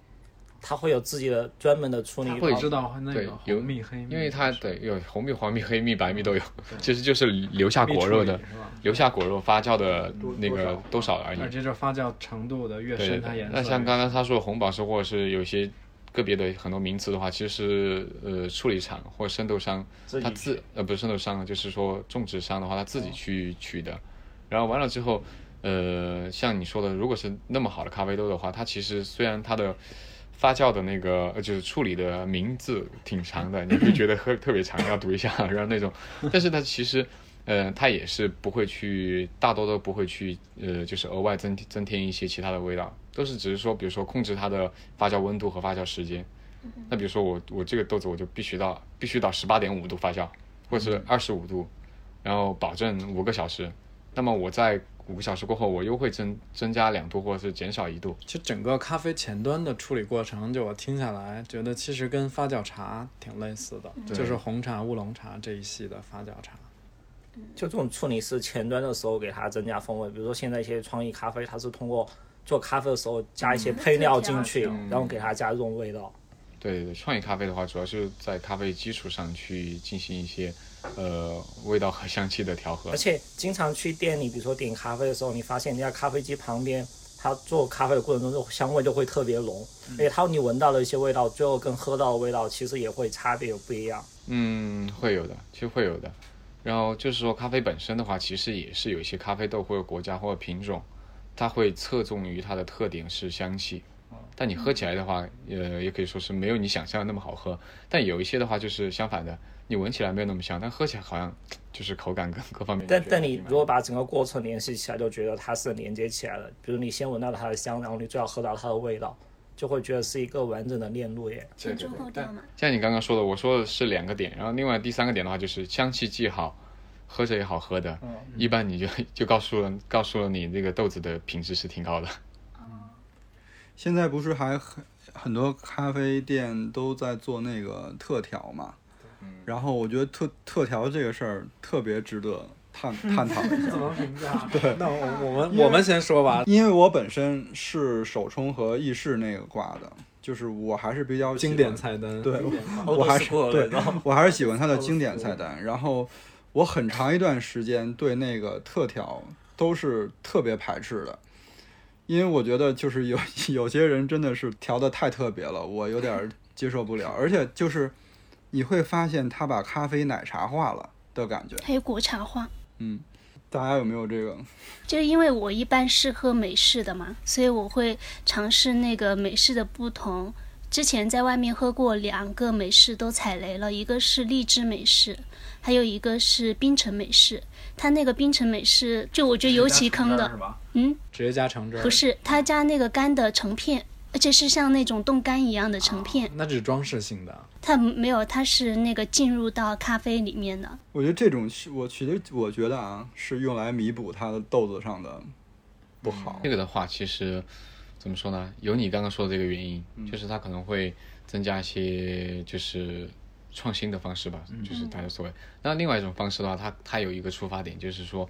它会有自己的专门的处理他方法。会知道那对个有红蜜黑蜜，嗯因为它对有红蜜、黄蜜、黑蜜、白蜜都有，其实就是留下蜜果处肉理的是吧，留下果肉发酵的多那多个少多少而已。而且这发酵程度的越对对深，它对颜，色那像越刚刚他说的红宝石或者是有些个别的很多名词的话，其实是呃处理厂或生豆商自己哦他自呃不是生豆商，就是说种植商的话，他自己去取的。然后完了之后，呃，像你说的，如果是那么好的咖啡豆的话，它其实虽然它的发酵的那个呃就是处理的名字挺长的，你会觉得 喝特别长，要读一下， 然后那种，但是它其实。呃，它也是不会去，大多都不会去，呃，就是额外增增添一些其他的味道，都是只是说，比如说控制它的发酵温度和发酵时间。那比如说我我这个豆子我就必须到必须到十八点五度发酵，或者是二十五度，然后保证五个小时。那么我在五个小时过后，我又会增增加两度或者是减少一度。其实整个咖啡前端的处理过程，就我听下来，觉得其实跟发酵茶挺类似的，嗯就是红茶、乌龙茶这一系的发酵茶。就这种处理是前端的时候给它增加风味，比如说现在一些创意咖啡，它是通过做咖啡的时候加一些配料进去，然后给它嗯加这嗯种味道。对对对，创意咖啡的话，主要是在咖啡基础上去进行一些呃味道和香气的调和而。且经常去店里，比如说点咖啡的时候，你发现人家咖啡机旁边，它做咖啡的过程中，这种香味就会特别浓，而且它你闻到的一些味道，最后跟喝到的味道其实也会差别有不一样。嗯，会有的，其实会有的。然后就是说，咖啡本身的话，其实也是有一些咖啡豆或者国家或者品种，它会侧重于它的特点是香气。但你喝起来的话，呃，也可以说是没有你想象的那么好喝。但有一些的话就是相反的，你闻起来没有那么香，但喝起来好像就是口感跟各方面。但但你如果把整个过程联系起来，就觉得它是连接起来的。比如你先闻到它的香，然后你最后喝到它的味道，就会觉得是一个完整的链路耶。前中后调嘛，像你刚刚说的，我说的是两个点，然后另外第三个点的话就是香气既好，喝着也好喝的，嗯一般你就就告诉了告诉了你那个豆子的品质是挺高的。现在不是还很很多咖啡店都在做那个特调嘛？嗯然后我觉得特特调这个事儿特别值得探探讨一 下怎，么评价？对，那我我 们我们先说吧，因为我本身是手冲和意式那个挂的，就是我还是比较喜经欢典菜单。对，我我还是 school 的对味道，我还是喜欢它的经典菜单。然后我很长一段时间对那个特调都是特别排斥的，因为我觉得就是有 有些人真的是调的太特别了，我有点儿接受不了。而且就是你会发现他把咖啡奶茶化了的感觉，还有果茶花。嗯。大家有没有这个？就因为我一般是喝美式的嘛，所以我会尝试那个美式的不同。之前在外面喝过两个美式都踩雷了，一个是荔枝美式，还有一个是冰城美式。它那个冰城美式，就我觉得尤其坑的，嗯，直接加橙汁儿不，是它加那个干的成片，而且是像那种冻干一样的成片，那只是装饰性的。它没有，它是那个进入到咖啡里面的。我觉得这种是，我其实我觉得啊，是用来弥补它的豆子上的不好这。个的话，其实怎么说呢？有你刚刚说的这个原因，就是它可能会增加一些就是创新的方式吧，就是大家所谓。那另外一种方式的话，它它有一个出发点，就是说，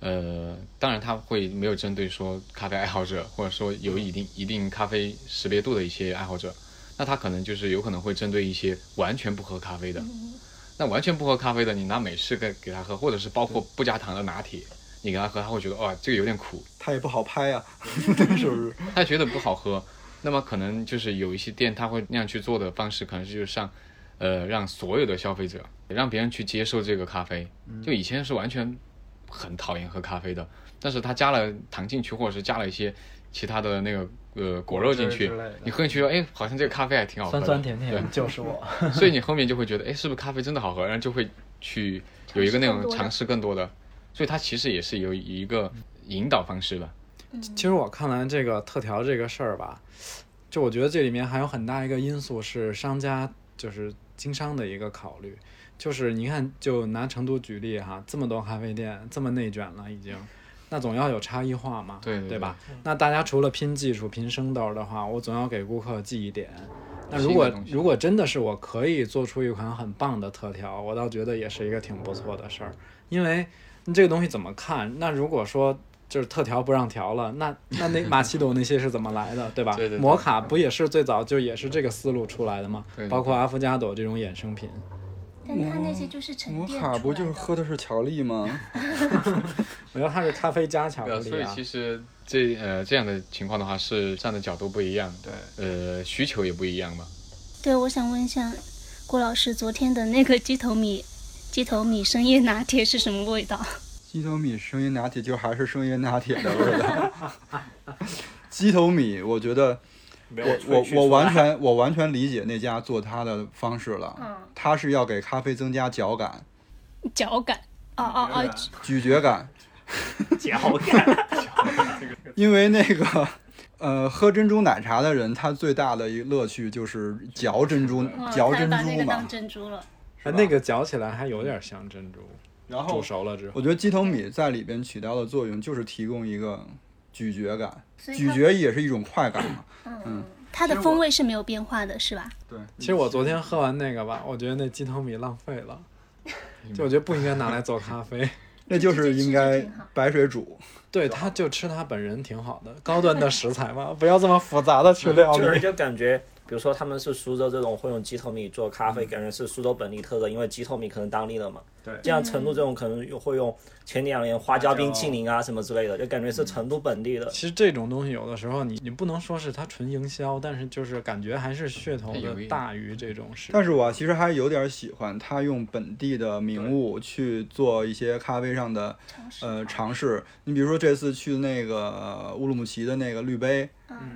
呃，当然它会没有针对说咖啡爱好者，或者说有一定一定咖啡识别度的一些爱好者。那那它可能就是有可能会针对一些完全不喝咖啡的。那完全不喝咖啡的，你拿美式给给他喝，或者是包括不加糖的拿铁，你给他喝，他会觉得哇、这个有点苦，它也不好拍 呀、是不是？他觉得不好喝。那么可能就是有一些店他会那样去做的方式，可能是就是上，呃，让所有的消费者让别人去接受这个咖啡。嗯就以前是完全很讨厌喝咖啡的，但是他加了糖进去，或者是加了一些其他的那个呃果肉进汁去之类的，你喝进去说，哎，好像这个咖啡还挺好喝酸的，酸甜对甜就是我。 所以你后面就会觉得，哎，是不是咖啡真的好喝？然后就会去有一个那种尝试更多的，所以它其实也是有一个引导方式的。其实我看来这个特调这个事儿吧，就我觉得这里面还有很大一个因素是商家就是经商的一个考虑，就是你看就拿成都举例哈，这么多咖啡店这么内卷了已经，那总要有差异化嘛，对对对吧？那大家除了拼技术、拼升斗的话，我总要给顾客记一点。那如新的果东西如果真的是我可以做出一款很棒的特调，我倒觉得也是一个挺不错的事儿，因为你这个东西怎么看？那如果说就是特调不让调了，那那那马奇朵那些是怎么来的，对吧？对对对摩卡不也是最早就也是这个思路出来的吗？对对对包括阿芙加朵这种衍生品，但它那些就是沉摩淀卡出不就来是的喝的是巧克力吗？ 我觉得它是咖啡加巧克对啊，所力以啊其。实这呃这样的情况的话，是站的角度不一样，对，呃需求也不一样嘛。对，我想问一下郭老师，昨天的那个鸡头米鸡头米深夜拿铁是什么味道？鸡头米生椰拿铁就还是生椰拿铁的味道。鸡头米，我觉得没有我萃我取我出来完全我完全理解那家做它的方式了，嗯它是要给咖啡增加嚼感、脚感。哦哦对哦啊，咀嚼感，脚感，因为那个呃，喝珍珠奶茶的人，他最大的一个乐趣就是嚼珍珠哇，嚼哦嗯他珍把那珠个当嘛。珍珠了。哎那个嚼起来还有点像珍珠，然煮后熟了之后我觉得鸡头米在里边起到的作用就是提供一个咀嚼感，所以咀它嚼也是一种快感嘛。它其的实风我味是没有变化的，是吧？对，嗯其实我昨天喝完那个吧，我觉得那鸡头米浪费 了，就我觉得不应该拿来做咖啡。 那就是应该白水煮。对，他就吃他本人挺好的，高端的食材嘛，不要这么复杂的去料就是理。就感觉，比如说他们是苏州这种会用鸡头米做咖啡，感觉是苏州本地特色，因为鸡头米可能当地的嘛。对就像成都这种可能又会用前两年花椒冰淇淋啊什么之类的，就感觉是成都本地的。其实这种东西有的时候你你不能说是它纯营销，但是就是感觉还是噱头它哎有的一大于这种事。 但是我其实还有点喜欢他用本地的名物去做一些咖啡上的呃尝试。你比如说这次去那个乌鲁木齐的那个绿杯，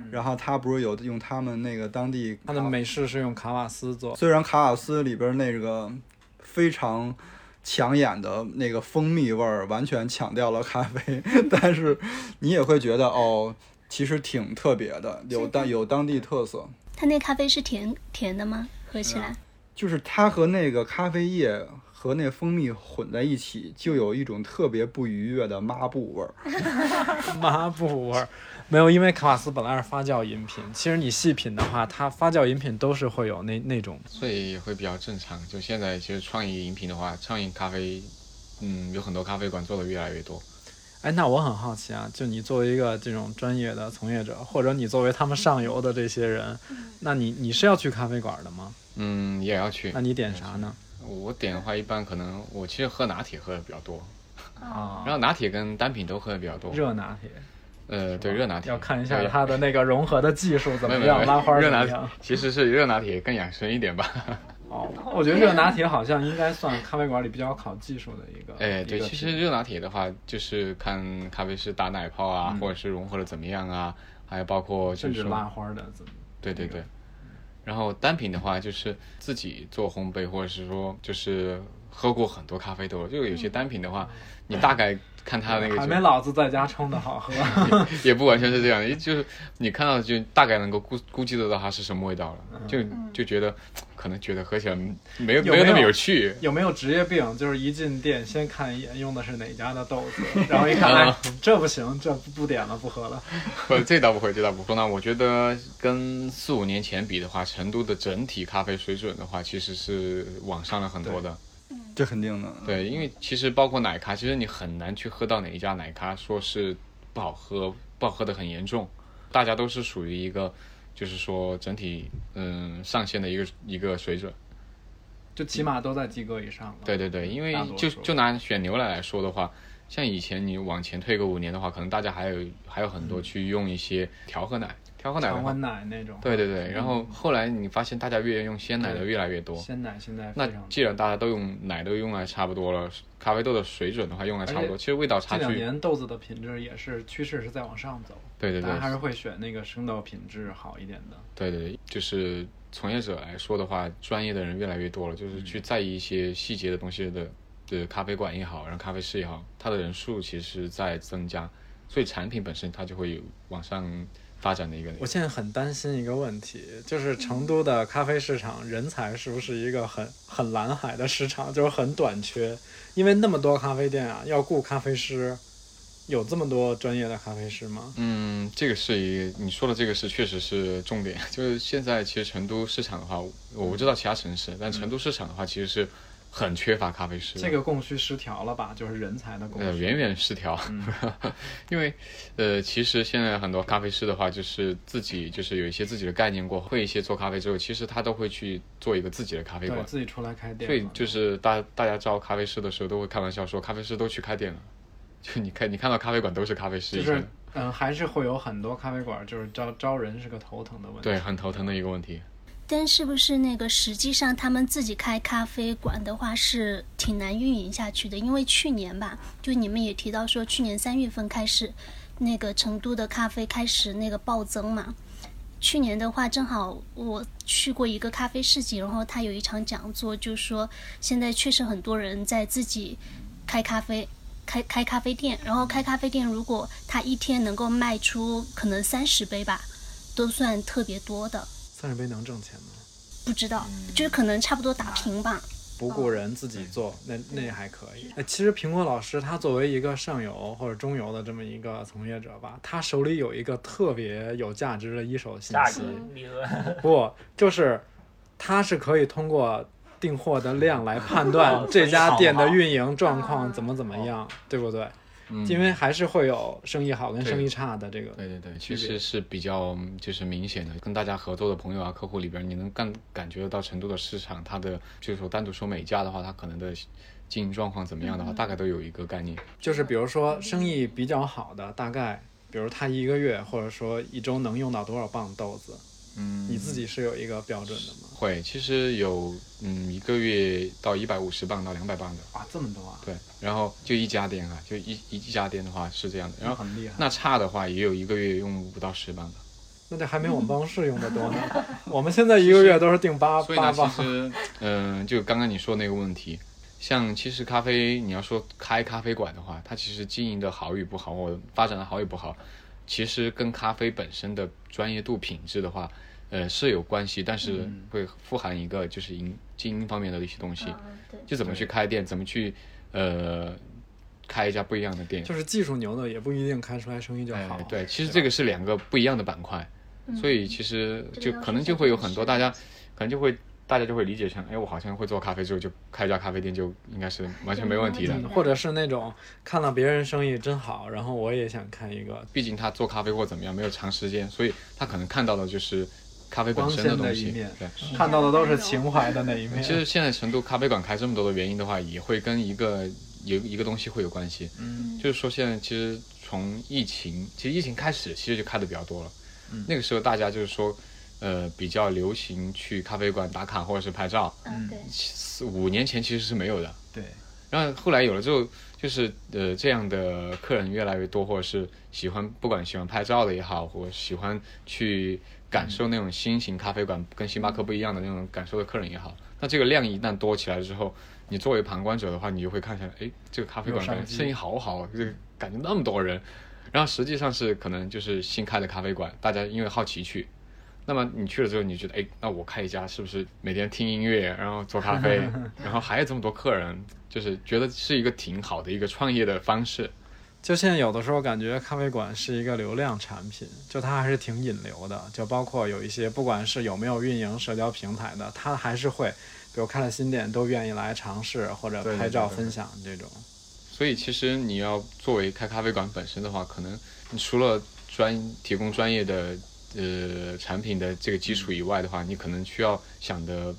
然后他不是有用他们那个当地它的美式是用卡瓦斯做，虽然卡瓦斯里边那个非常抢眼的那个蜂蜜味儿完全抢掉了咖啡， 但是你也会觉得哦，其实挺特别的，有当有当地特色。它那咖啡是甜甜的吗？喝呃起来，就是它和那个咖啡液和那蜂蜜混在一起，就有一种特别不愉悦的抹布味儿。抹布味儿没有，因为卡瓦斯本来是发酵饮品，其实你细品的话，它发酵饮品都是会有那那种所以也会比较正常。就现在其实创意饮品的话，创意咖啡，嗯，有很多咖啡馆做的越来越多。哎，那我很好奇啊，就你作为一个这种专业的从业者，或者你作为他们上游的这些人，那你你是要去咖啡馆的吗？嗯，也要去那。你点啥呢？我点的话，一般可能我其实喝拿铁喝的比较多，嗯啊然后拿铁跟单品都喝的比较多。热拿铁，呃，对，热拿铁要看一下对它的那个融合的技术怎么没有没有样，拉花儿热怎拿么铁样。其实是热拿铁更养生一点吧。哦，我觉得热拿铁好像应该算咖啡馆里比较考技术的一个。哎，一对，个其品实热拿铁的话，就是看咖啡是打奶泡啊，或者是融合的怎么样啊，还有包括嗯就甚是至说拉花儿的怎么？对对对。然后单品的话，就是自己做烘焙，或者是说就是喝过很多咖啡豆，就有些单品的话，你大概看它那个还就没老子在家冲的好喝。 也不完全是这样的，就是你看到就大概能够估估计得到它是什么味道了，就就觉得可能觉得喝起来没有嗯有没有那么没有有趣。 有没有职业病？就是一进店先看一眼用的是哪家的豆子，然后一嗯看，哎，这不行，这不不点了，不喝了。不，这倒不会，这倒不会。那我觉得跟四五年前比的话，成都的整体咖啡水准的话，其实是往上了很多的。这肯定的，对，嗯因为其实包括奶咖，其实你很难去喝到哪一家奶咖说是不好喝，不好喝的很严重。大家都是属于一个就是说整体嗯上限的一个一个水准。就起码都在及格以上了。对对对，因嗯为大多就数就拿选牛奶来说的话，像以前你往前推个五年的话，可能大家还有还有很多去用一些调和奶，调和奶的嗯常话，温奶那种，嗯对对对，然后后来你发现大家越用鲜奶的对越来越多。鲜奶现在那非常。既然大家都用奶都用来差不多了，咖啡豆的水准的话用来差不多，其实味道嗯这差两距，年豆子的品质也是趋势是在往上走，对对大家还对，是会选那个生豆品质好一点的。对对对，就是从业者来说的话，专业的人越来越多了，嗯就是去在意一些细节的东西的，的咖啡馆也好，然后咖啡师也好，它的人数其实在增加，所以产品本身它就会有往上发展的一个。我现在很担心一个问题，就是成都的咖啡市场人才是不是一个很很蓝海的市场，就是很短缺，因为那么多咖啡店啊，要雇咖啡师，有这么多专业的咖啡师吗？嗯，这个是一个你说的这个是确实是重点， 就是现在其实成都市场的话，我不知道其他城市，但成都市场的话其实是很缺乏咖啡师的。这个供需失调了吧，就是人才的供呃，需。远远失调，嗯 因为呃，其实现在很多咖啡师的话，就是自己就是有一些自己的概念过，会一些做咖啡之后，其实他都会去做一个自己的咖啡对馆。自己出来开店所以嘛，就是大大家招咖啡师的时候，都会开玩笑说，咖啡师都去开店了。就你看，你看到咖啡馆都是咖啡师就以前的，是嗯，还是会有很多咖啡馆，就是招招人是个头疼的问题。对，很头疼的一个问题。但是不是那个实际上他们自己开咖啡馆的话是挺难运营下去的，因为去年吧，就你们也提到说去年三月份开始，那个成都的咖啡开始那个暴增嘛。去年的话，正好我去过一个咖啡市集，然后他有一场讲座，就说现在确实很多人在自己开咖啡，开开咖啡店，然后开咖啡店，如果他一天能够卖出可能三十杯吧，都算特别多的。三十杯能挣钱吗？不知道，就是可能差不多打平吧。不雇人自己做，那那还可以。哎，其实苹果老师他作为一个上游或者中游的这么一个从业者吧，他手里有一个特别有价值的一手信价息格，理论，不就是他是可以通过订货的量来判断哦这家店的哦运营状况怎么怎么样，对不对？因为还是会有生意好跟对生意差的这个。对对对，其别实是比较嗯就是明显的，跟大家合作的朋友啊、客户里边，你能感感觉得到成都的市场，它的就是说单独说每家的话，它可能的经营状况怎么样的话，大概都有一个概念。就是比如说生意比较好的，大概比如他一个月或者说一周能用到多少磅豆子，嗯你自己是有一个标准的吗？会，其实有嗯一个月到一百五十磅到两百磅的，啊，这么多啊，对，然后就一家店啊，就一一一家店的话是这样的，然那后很厉害。那差的话也有一个月用五到十磅的。那这还没我们办公室用的多呢。我们现在一个月都是定八所以呢，八磅其，实，嗯、就刚刚你说那个问题，像其实咖啡，你要说开咖啡馆的话，它其实经营的好与不好，或者发展的好与不好，其实跟咖啡本身的专业度、品质的话，呃是有关系，但是会富含一个就是营经营方面的一些东西，嗯嗯对就怎么去开店，怎么去呃开一家不一样的店，就是技术牛的也不一定开出来生意就哎好。对，其实这个是两个不一样的板块，嗯所以其实就这个倒可是能就确会有实很多是大家，可能就会大家就会理解成，哎，我好像会做咖啡之后就开一家咖啡店，就应该是完全没问题的也没有问。嗯题或者是那种看到别人生意真好，然后我也想看一个毕竟他做咖啡或怎么样没有长时间，所以他可能看到的就是咖啡本光身鲜东的一西面。对，看到的都是情怀的那一 面。其实现在成都咖啡馆开这么多的原因的话，也会跟一个有一个东西会有关系，嗯，就是说现在其实从疫情，其实疫情开始其实就开的比较多了，嗯，那个时候大家就是说，呃，比较流行去咖啡馆打卡或者是拍照，嗯，对，四五年前其实是没有的，对，然后后来有了之后，就是呃这样的客人越来越多，或者是喜欢不管喜欢拍照的也好，或者喜欢去感受那种新型咖啡馆跟星巴克不一样的那种感受的客人也好，那这个量一旦多起来之后，你作为旁观者的话，你就会看一下，哎，这个咖啡馆有商感觉机生意好好，这个感觉那么多人，然后实际上是可能就是新开的咖啡馆，大家因为好奇去，那么你去了之后，你觉得，哎，那我开一家是不是每天听音乐，然后做咖啡，然后还有这么多客人，就是觉得是一个挺好的一个创业的方式。就现在有的时候感觉咖啡馆是一个流量产品，就它还是挺引流的。就包括有一些不管是有没有运营社交平台的，它还是会，比如开了新店都愿意来尝试或者对对拍照对对分享这种。所以其实你要作为开咖啡馆本身的话，可能你除了专提供专业的呃产品的这个基础以外的话，你可能需要想的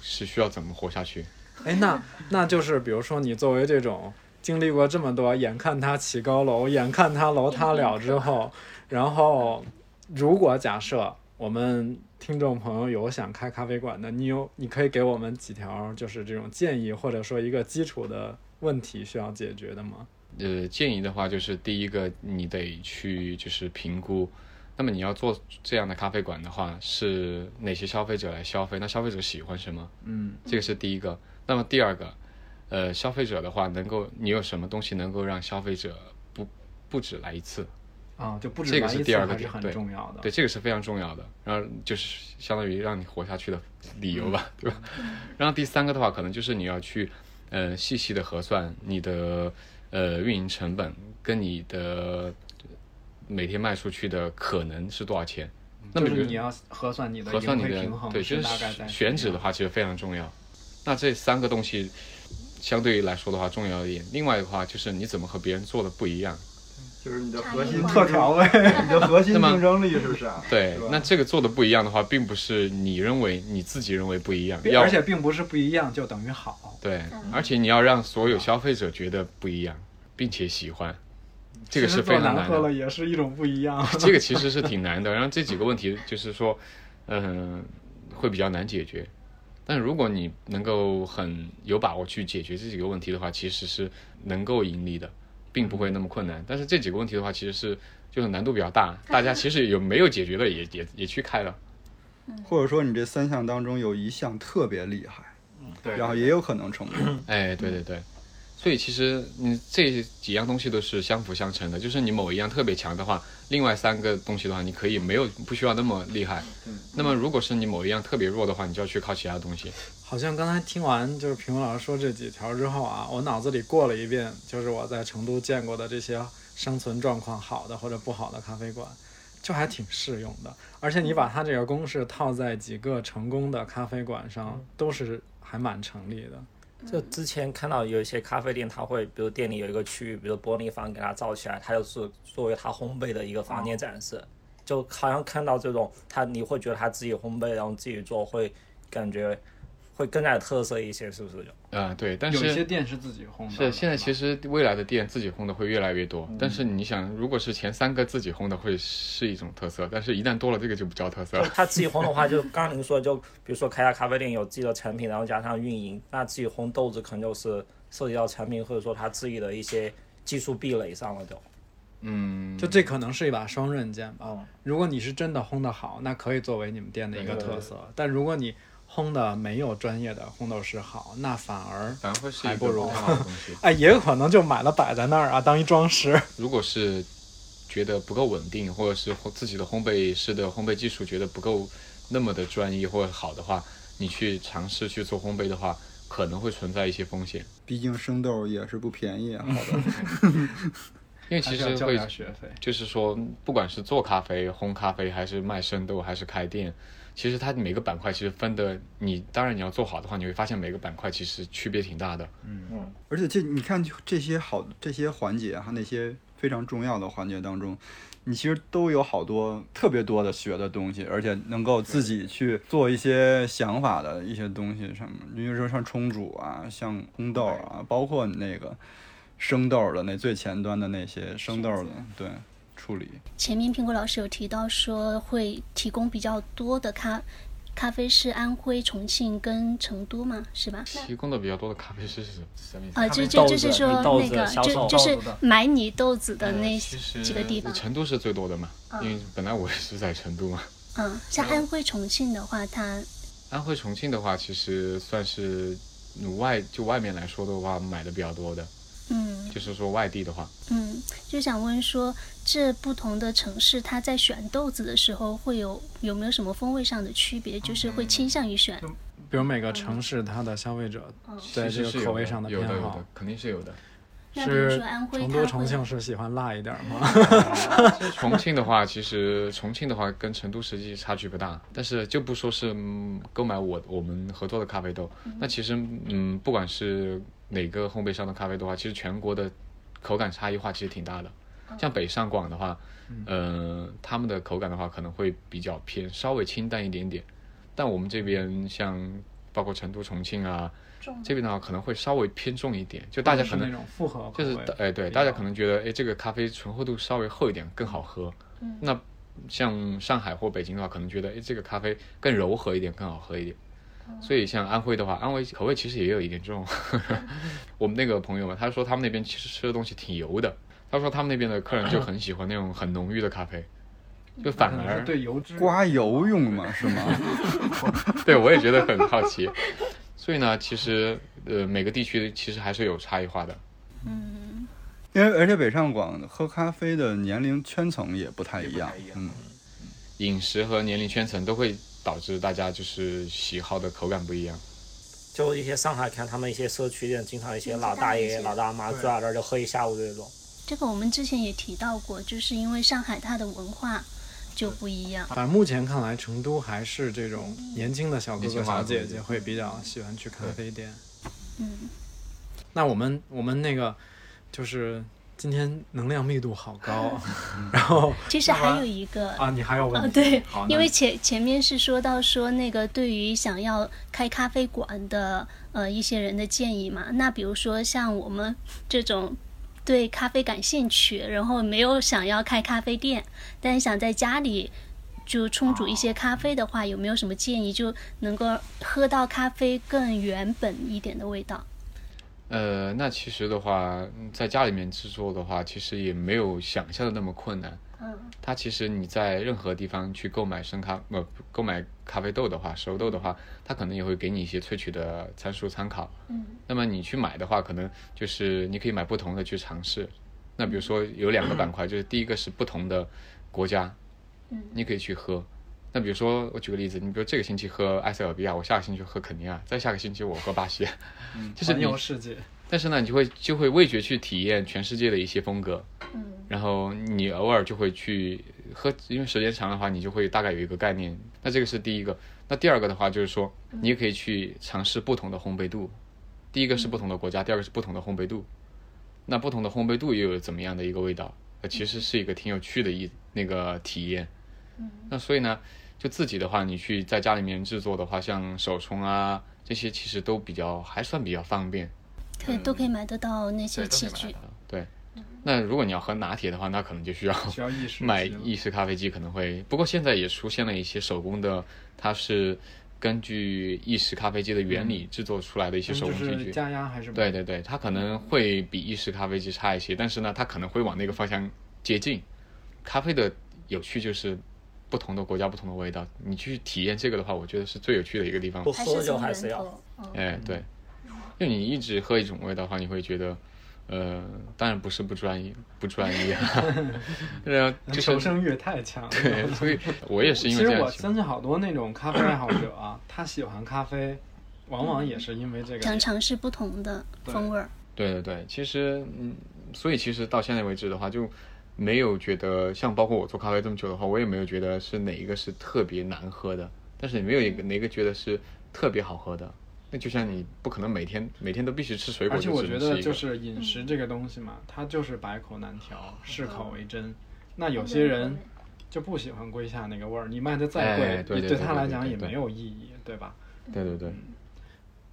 是需要怎么活下去。哎，那那就是比如说你作为这种经历过这么多，眼看他起高楼，眼看他楼塌了之后，然后如果假设我们听众朋友有想开咖啡馆的，你有你可以给我们几条就是这种建议，或者说一个基础的问题需要解决的吗？呃，建议的话就是第一个，你得去就是评估，那么你要做这样的咖啡馆的话，是哪些消费者来消费？那消费者喜欢什么？嗯，这个是第一个。那么第二个，呃，消费者的话，能够你有什么东西能够让消费者不不止来一次？啊，就不止这个来是一第次二个还是点很对重要的。对，这个是非常重要的。然后就是相当于让你活下去的理由嗯吧，对吧？然后第三个的话，可能就是你要去呃细细的核算你的呃运营成本跟你的每天卖出去的可能是多少钱。那么就比是如你要核算你的核算盈你亏的平衡，对，就是大概在选址的什么话，其实非常重要。那这三个东西相对于来说的话重要一点。另外的话就是你怎么和别人做的不一样。就是你的差异核心化特 长呗，你的核心那么竞争力是不是啊？对是吧，那这个做的不一样的话，并不是你认为你自己认为不一样，样，要而且并不是不一样就等于好。对，而且你要让所有消费者觉得不一样，并且喜欢，这个其是实做非常难难喝了的。也是一种不一 样。这个其实是挺难的。然后这几个问题就是说，嗯、会比较难解决。但如果你能够很有把握去解决这几个问题的话，其实是能够盈利的，并不会那么困难。但是这几个问题的话，其实是就是难度比较大，大家其实有没有解决的也也也去开了。或者说你这三项当中有一项特别厉害，对然后也有可能成功。哎，对对对，所以其实你这几样东西都是相辅相成的，就是你某一样特别强的话，另外三个东西的话，你可以没有不需要那么厉害。那么如果是你某一样特别弱的话，你就要去靠其他东西。好像刚才听完就是评委老师说这几条之后啊，我脑子里过了一遍，就是我在成都见过的这些生存状况好的或者不好的咖啡馆，就还挺适用的。而且你把它这个公式套在几个成功的咖啡馆上，嗯都是还蛮成立的。就之前看到有一些咖啡店，它会比如店里有一个区域，比如玻璃房给它造起来，它就是作为它烘焙的一个房间展示。就好像看到这种，它你会觉得它自己烘焙，然后自己做，会感觉会更加有特色一些，是不是？啊、对，但有一些是店是自己烘的，是现在其实未来的店自己烘的会越来越多，嗯但是你想，如果是前三个自己烘的会是一种特色，但是一旦多了这个就不叫特色 就了。他自己烘的话，就刚刚您说的，就比如说开家咖啡店有自己的产品，然后加上运营，那自己烘豆子可能就是涉及到产品或者说他自己的一些技术壁垒上了就。嗯，就这可能是一把双刃剑吧。嗯如果你是真的烘得好，那可以作为你们店的一个特色；但如果你烘的没有专业的烘豆师好，那反而反而会是一还个不如更好的东西。哎，也有可能就买了摆在那儿啊，当一装饰。如果是觉得不够稳定，或者是自己的烘焙师的烘焙技术觉得不够那么的专业或者好的话，你去尝试去做烘焙的话，可能会存在一些风险，毕竟生豆也是不便宜啊，好的，因为其实会嗯学费。就是说，不管是做咖啡、烘咖啡，还是卖生豆，还是开店，其实它每个板块其实分的，你当然你要做好的话，你会发现每个板块其实区别挺大的。而且这你看就这些好这些环节哈，那些非常重要的环节当中，你其实都有好多特别多的学的东西，而且能够自己去做一些想法的一些东西上面，比如说像冲煮啊，像烘豆啊，包括你那个生豆的那最前端的那些生豆的对处理，前面苹果老师有提到说会提供比较多的咖咖啡是安徽、重庆跟成都嘛，是吧？提供的比较多的咖啡师是什么意思？啊，就们就豆就是子说你豆那子个销就售就是豆子的买你豆子的那呃其实几个地方，成都是最多的嘛，因为本来我也是在成都嘛。嗯，像安徽、重庆的话，它安徽、重庆的话，其实算是外就外面来说的话，买的比较多的，嗯就是说外地的话，嗯，就想问说，这不同的城市，它在选豆子的时候会有有没有什么风味上的区别？就是会倾向于选比如每个城市它的消费者嗯在其这实个是有口味上的有偏有好的，，肯定是有的。那比如是说安徽成它都、会重庆是喜欢辣一点吗？重庆的话，其实重庆的话跟成都实际差距不大，但是就不说是、嗯购买我我们合作的咖啡豆，那其实嗯，不管是哪个烘焙商的咖啡豆的话，其实全国的口感差异化其实挺大的。像北上广的话，嗯、他们的口感的话可能会比较偏稍微清淡一点点，但我们这边像包括成都、重庆啊重这边的话可能会稍微偏重一点，就大家可 能是那种复合口就是味大哎，对，比较大家可能觉得哎，这个咖啡醇厚度稍微厚一点更好喝。嗯那像上海或北京的话，可能觉得哎，这个咖啡更柔和一点，更好喝一点。所以像安徽的话，安徽口味其实也有一点重。 我们那个朋友嘛，他说他们那边其实吃的东西挺油的，他说他们那边的客人就很喜欢那种很浓郁的咖啡，就反可能而是对油脂刮油用嘛，是吗？ 对，我也觉得很好奇。所以呢，其实呃，每个地区其实还是有差异化的，因为而且北上广喝咖啡的年龄圈层也不太一样，嗯，饮食和年龄圈层都会导致大家就是喜好的口感不一样。就一些上海看他们一些社区店，经常一些老大爷、老大妈坐在那儿就喝一下午这种。这个我们之前也提到过，就是因为上海它的文化就不一样。反正目前看来，成都还是这种年轻的小哥年轻哥、化小的姐东西姐会比较喜欢去咖啡店。嗯，那我们我们那个就是今天能量密度好高 啊，然后其实那完还有一个啊，你还有问哦题？，对好，因那为前前面是说到说那个对于想要开咖啡馆的呃一些人的建议嘛，那比如说像我们这种对咖啡感兴趣，然后没有想要开咖啡店，但是想在家里就冲煮一啊些咖啡的话，有没有什么建议就能够喝到咖啡更原本一点的味道？呃，那其实的话，嗯在家里面制作的话，其实也没有想象的那么困难。嗯它其实你在任何地方去购买生咖，呃，购买咖啡豆的话，熟豆的话，它可能也会给你一些萃取的参数参考。嗯那么你去买的话，可能就是你可以买不同的去尝试。那比如说有两个板块，就是第一个是不同的国家，嗯你可以去喝。那比如说我举个例子，你比如这个星期喝埃塞俄比亚，我下个星期喝肯尼亚，再下个星期我喝巴西， 就是环你游世界，但是呢，你就会就会味觉去体验全世界的一些风格，嗯然后你偶尔就会去喝，因为时间长的话，你就会大概有一个概念。那这个是第一个。那第二个的话，就是说你也可以去尝试不同的烘焙度，第一个是不同的国家，第二个是不同的烘焙度。那不同的烘焙度又有怎么样的一个味道？呃，其实是一个挺有趣的一那个体验。那所以呢，就自己的话，你去在家里面制作的话，像手冲啊这些，其实都比较还算比较方便。可以都可以买得到那些对，都可器以买具得。到。对，那如果你要喝拿铁的话，那可能 就需要 需要意识买提了意式咖啡机，可能会。不过现在也出现了一些手工的，它是根据意式咖啡机的原理制作出来的一些嗯手就工器是具。加压还是对对对，它可能会比意式咖啡机差一些，但是呢，它可能会往那个方向接近。咖啡的有趣就是不同的国家不同的味道，你去体验这个的话，我觉得是最有趣的一个地方。不还喝是就从还是源要。头，嗯哎，对，就你一直喝一种味道的话，你会觉得，呃，当然不是不专业，不 专 业，然后啊就求是生欲太强了。对，所以我也是其因为实这样我喜欢相信好多那种咖啡爱好者啊，他喜欢咖啡，往往也是因为这想个。尝试不同的风味儿。对对对，其实嗯，所以其实到现在为止的话，就没有觉得像包括我做咖啡这么久的话，我也没有觉得是哪一个是特别难喝的，但是也没有一嗯个哪一个觉得是特别好喝的。那就像你不可能每天每天都必须吃水果，而且就我只觉能得吃一就个。是饮食这个东西嘛，它就是百口难调，适口为真。那有些人就不喜欢归下那个味儿，你卖的再贵，哎对对你对他对来对讲对也对没有意义，对吧？对对对，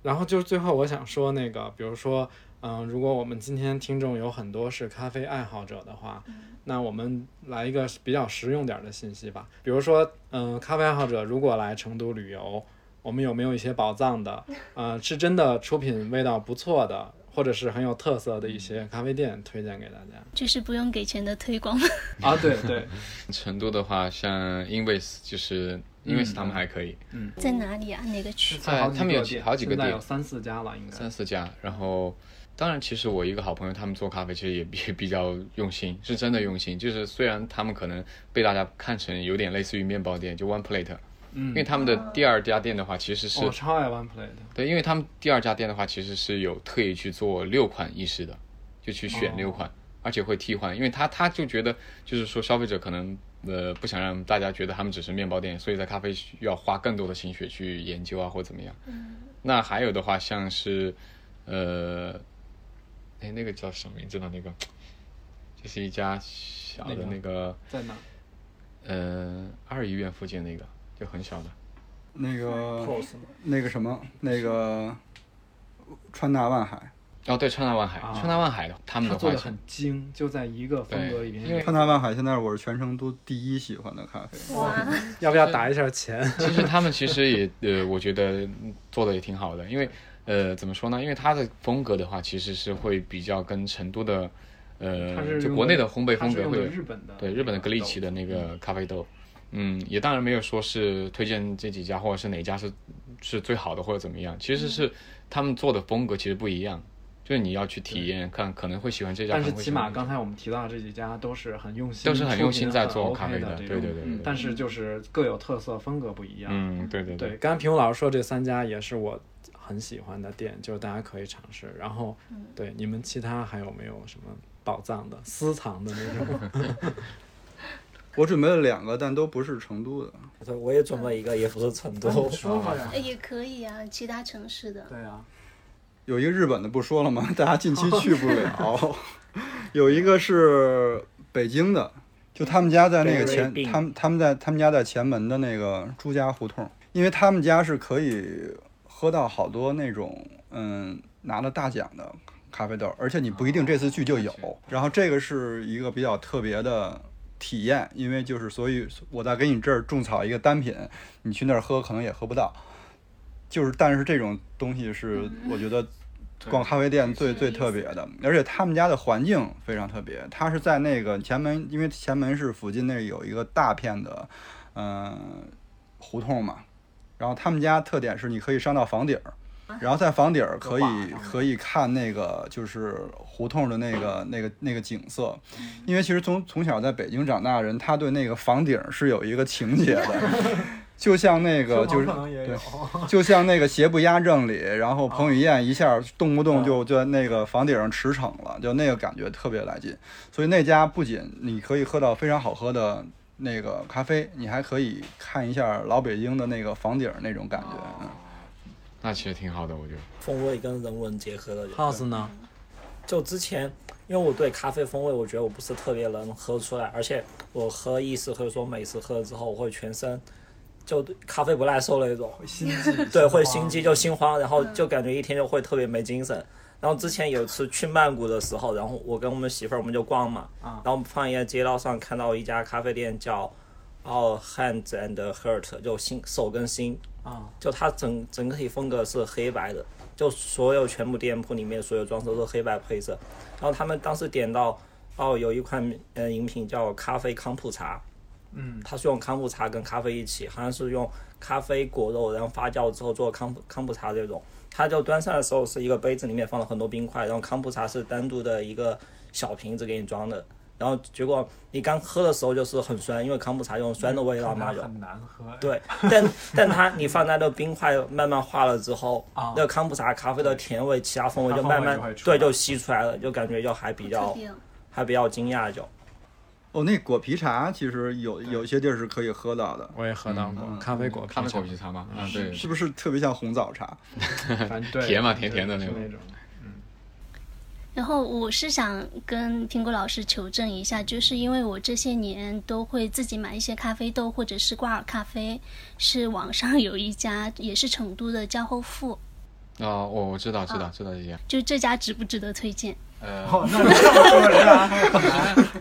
然后就是最后我想说那个，比如说，嗯、如果我们今天听众有很多是咖啡爱好者的话，那我们来一个比较实用点儿的信息吧。比如说，嗯、咖啡爱好者如果来成都旅游，我们有没有一些宝藏的，呃，是真的出品味道不错的，或者是很有特色的一些咖啡店推荐给大家？就是不用给钱的推广。 啊，对对，成都的话，像 Invis 就是嗯 Invis 他们还可以，在哪里啊？哪个区？在好几哎他们有个几店好几个现在店有三四家了，应该三四家。然后，当然，其实我一个好朋友，他们做咖啡其实也比比较用心，是真的用心。就是虽然他们可能被大家看成有点类似于面包店，就 One Plate，因嗯哦为，他们的第二家店的话，其实是我超爱 One Plate，对，因为他们第二家店的话，其实是有特意去做六款意式的，就去选六款，而且会替换，因为他他就觉得就是说消费者可能呃不想让大家觉得他们只是面包店，所以在咖啡需要花更多的心血去研究啊或怎么样。那还有的话像是呃，哎那个叫什么名字呢？那个这是一家小的那个，在哪？嗯、二医院附近那个，就很小的。那个 close 嘛那个什么，那个川大万海，哦，对，川大万海，啊川大万海的他们他的做话的是很精，就在一个风格里对因为面。川大万海现在是我是全成都第一喜欢的咖啡。哇， 要不要打一下钱？ 其实他们其实也呃，我觉得做的也挺好的，因为呃，怎么说呢？因为它的风格的话，其实是会比较跟成都的它呃，是就用国内的烘焙它风是格用会的有日本的对日本的格力奇的的那个咖啡豆。嗯，也当然没有说是推荐这几家或者是哪家是是最好的或者怎么样，其实嗯是他们做的风格其实不一样，就是你要去体验看，可能会喜欢这家，但是可能会起喜欢码那刚才我们提到的这几家都是很用心，都是很用心在出做品咖啡很 OK 的的，这对种对对对对但是就是各有特色，风格不一样。嗯，对对对，刚才平武老师说这三家也是我很喜欢的店，就是大家可以尝试。然后，对你们其他还有没有什么宝藏的、私藏的那 种？我准备了两个，但都不是成都的。对，我也准备一个，也不是成都。嗯吧呀哎也可以啊，其他城市的。对啊，有一个日本的不说了吗？ 大家近期去不了。有一个是北京的，就他们家在那个前 Berry，Bean 他们他们在他们家在前门的那个朱家胡同，因为他们家是可以喝到好多那种嗯拿了大奖的咖啡豆，而且你不一定这次去就有。然后这个是一个比较特别的体验，因为就是所以我在给你这儿种草一个单品，你去那儿喝可能也喝不到。就是，但是这种东西是我觉得逛咖啡店最最特别的，而且他们家的环境非常特别。它是在那个前门，因为前门是附近那儿有一个大片的，嗯、胡同嘛。然后他们家特点是你可以上到房顶儿，然后在房顶儿可以可以看那个就是胡同的那个那个那个景色，因为其实从从小在北京长大的人，他对那个房顶儿是有一个情结的，就像那个就是可能也有对。就像那个邪不压正里，然后彭于晏一下动不动就就在那个房顶上驰骋了，就那个感觉特别来劲。所以那家不仅你可以喝到非常好喝的那个咖啡，你还可以看一下老北京的那个房顶那种感觉。嗯那其实挺好的，我觉得。 风味跟人文结合的。 House 呢？就之前，因为我对咖啡风味，我觉得我不是特别能喝出来，而且我喝意式或者说美式喝了之后，我会全身就咖啡不耐受那种，心啊悸对，会心悸就心慌，然后就感觉一天就会特别没精神。然后之前有一次去曼谷的时候，然后我跟我们媳妇儿我们就逛嘛，啊然后我们放一个街道上看到一家咖啡店叫 All Hands and Heart，就心手跟心，啊，就它整整体风格是黑白的，就所有全部店铺里面所有装修都是黑白配色。然后他们当时点到哦，有一款呃饮品叫咖啡康普茶，嗯，它是用康普茶跟咖啡一起，好像是用咖啡果肉然后发酵之后做康普康普茶这种。它就端上来的时候是一个杯子，里面放了很多冰块，然后康普茶是单独的一个小瓶子给你装的。然后结果你刚喝的时候就是很酸，因为康普茶有种酸的味道嘛，有很难喝。对，但 但它你放在那冰块慢慢化了之后，啊那个康普茶咖啡的甜味、其他风味它就风慢味慢就会出对来就吸出来了，就感觉就还比特较别哦还比较惊讶就。哦，那果皮茶其实有有些地儿是可以喝到的，我也喝到过咖啡果嗯咖啤啡酒果，皮茶嗯吗？啊，对，是不是特别像红枣茶？反正对 甜嘛对甜甜的那是种那种。然后我是想跟苹果老师求证一下，就是因为我这些年都会自己买一些咖啡豆或者是挂耳咖啡，是网上 有一家也是成都的叫后富，啊，我我知道知道知道这些。就这家值不值得推荐？呃，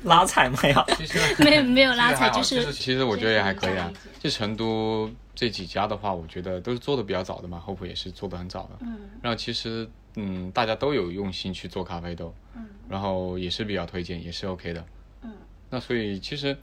拉踩没有，其实没有没有拉踩，就其实还好是其实我觉得也还可以啊这是一家。就成都这几家的话，我觉得都是做的比较早的嘛，后埔也是做的很早的。嗯然后其实嗯，大家都有用心去做咖啡豆，然后也是比较推荐，也是 OK 的。嗯，那所以其实。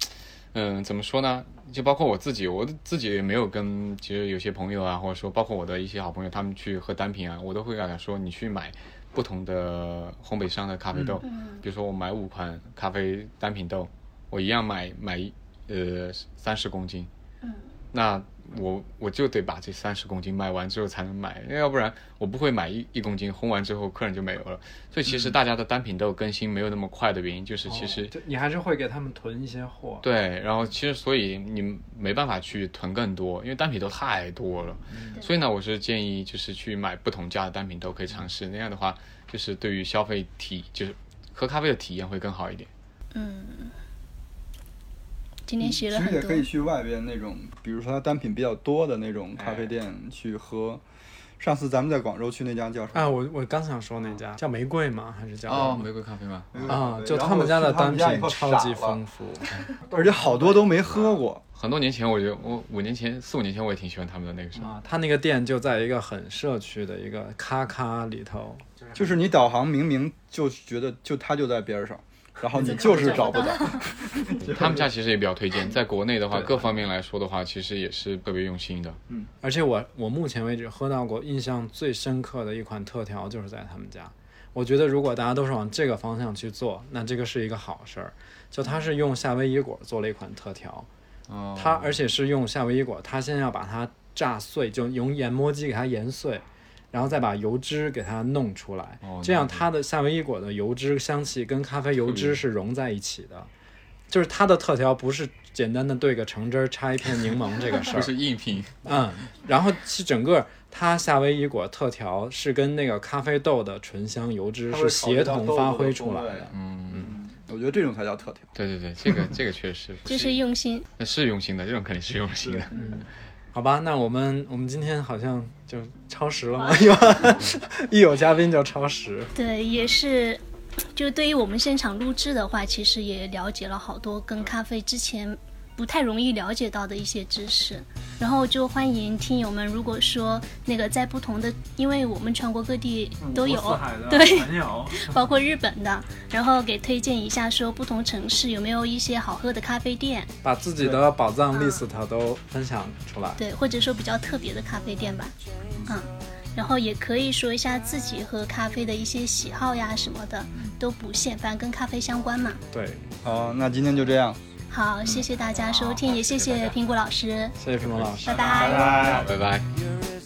嗯，怎么说呢？就包括我自己，我自己也没有跟，其实有些朋友啊，或者说包括我的一些好朋友，他们去喝单品啊，我都会跟他说，你去买不同的烘焙商的咖啡豆，嗯比如说我买五款咖啡单品豆，我一样买买一呃三十公斤，嗯，那我我就得把这三十公斤卖完之后才能买，要不然我不会买一一公斤烘完之后客人就没有了。所以其实大家的单品豆更新没有那么快的原因，就是其实、哦就你还是会给他们囤一些货。对，然后其实所以你没办法去囤更多，因为单品豆太多了。所以呢，我是建议就是去买不同家的单品豆可以尝试，那样的话就是对于消费体就是喝咖啡的体验会更好一点。嗯，今天学了其实很也多可。以去外边那种，比如说它单品比较多的那种咖啡店去喝。上次咱们在广州去那家叫什么？啊，我我刚想说那家叫玫瑰吗？还是叫哦，玫瑰咖啡吗？啊，就嗯然他后们家的去他单们家以品后超傻级了丰富。 而且好多都没喝过。很多年前，我觉得我五年前、四五年前我也挺喜欢他们的那 个什么。啊，他那个店就在一个很社区的一个咔咔里头，就是你导航明明就觉得就它就在边上，然后你就是找不到。 他们家其实也比较推 荐，在国内的话，各方面来说的话，其实也是特别用心的。而且我我目前为止喝到过印象最深刻的一款特调就是在他们家。我觉得如果大家都是往这个方向去做，那这个是一个好事儿。就它是用夏威夷果做了一款特调，哦，它而且是用夏威夷果，它先要把它炸碎，就用研磨机给它研碎，然后再把油脂给它弄出来，哦这样它的夏威夷果的油脂香气跟咖啡油脂是融在一起的，就是它的特调不是简单的兑个橙汁儿插一片柠檬这个事就儿，是饮品，嗯，然后是整个它夏威夷果特调是跟那个咖啡豆的醇香油脂是协同发挥出来的。嗯我觉得这种才叫特调。对对对，这个这个确实不就是用心，那是用心的，这种肯定是用心的。好吧，那我们我们今天好像就超时了吗？ 一有嘉宾就超时。对，也是，就对于我们现场录制的话，其实也了解了好多跟咖啡之前不太容易了解到的一些知识。然后就欢迎听友们，如果说那个在不同的，因为我们全国各地都有，对，包括日本的，然后给推荐一下，说不同城市有没有一些好喝的咖啡店，把自己的宝藏 list 都分享出来。对，或者说比较特别的咖啡店吧，嗯，然后也可以说一下自己喝咖啡的一些喜好呀什么的，都不限，反正跟咖啡相关嘛。对，好，那今天就这样，好，谢谢大家收听，也谢谢苹果老师，谢谢评论老师。拜拜拜拜。 You're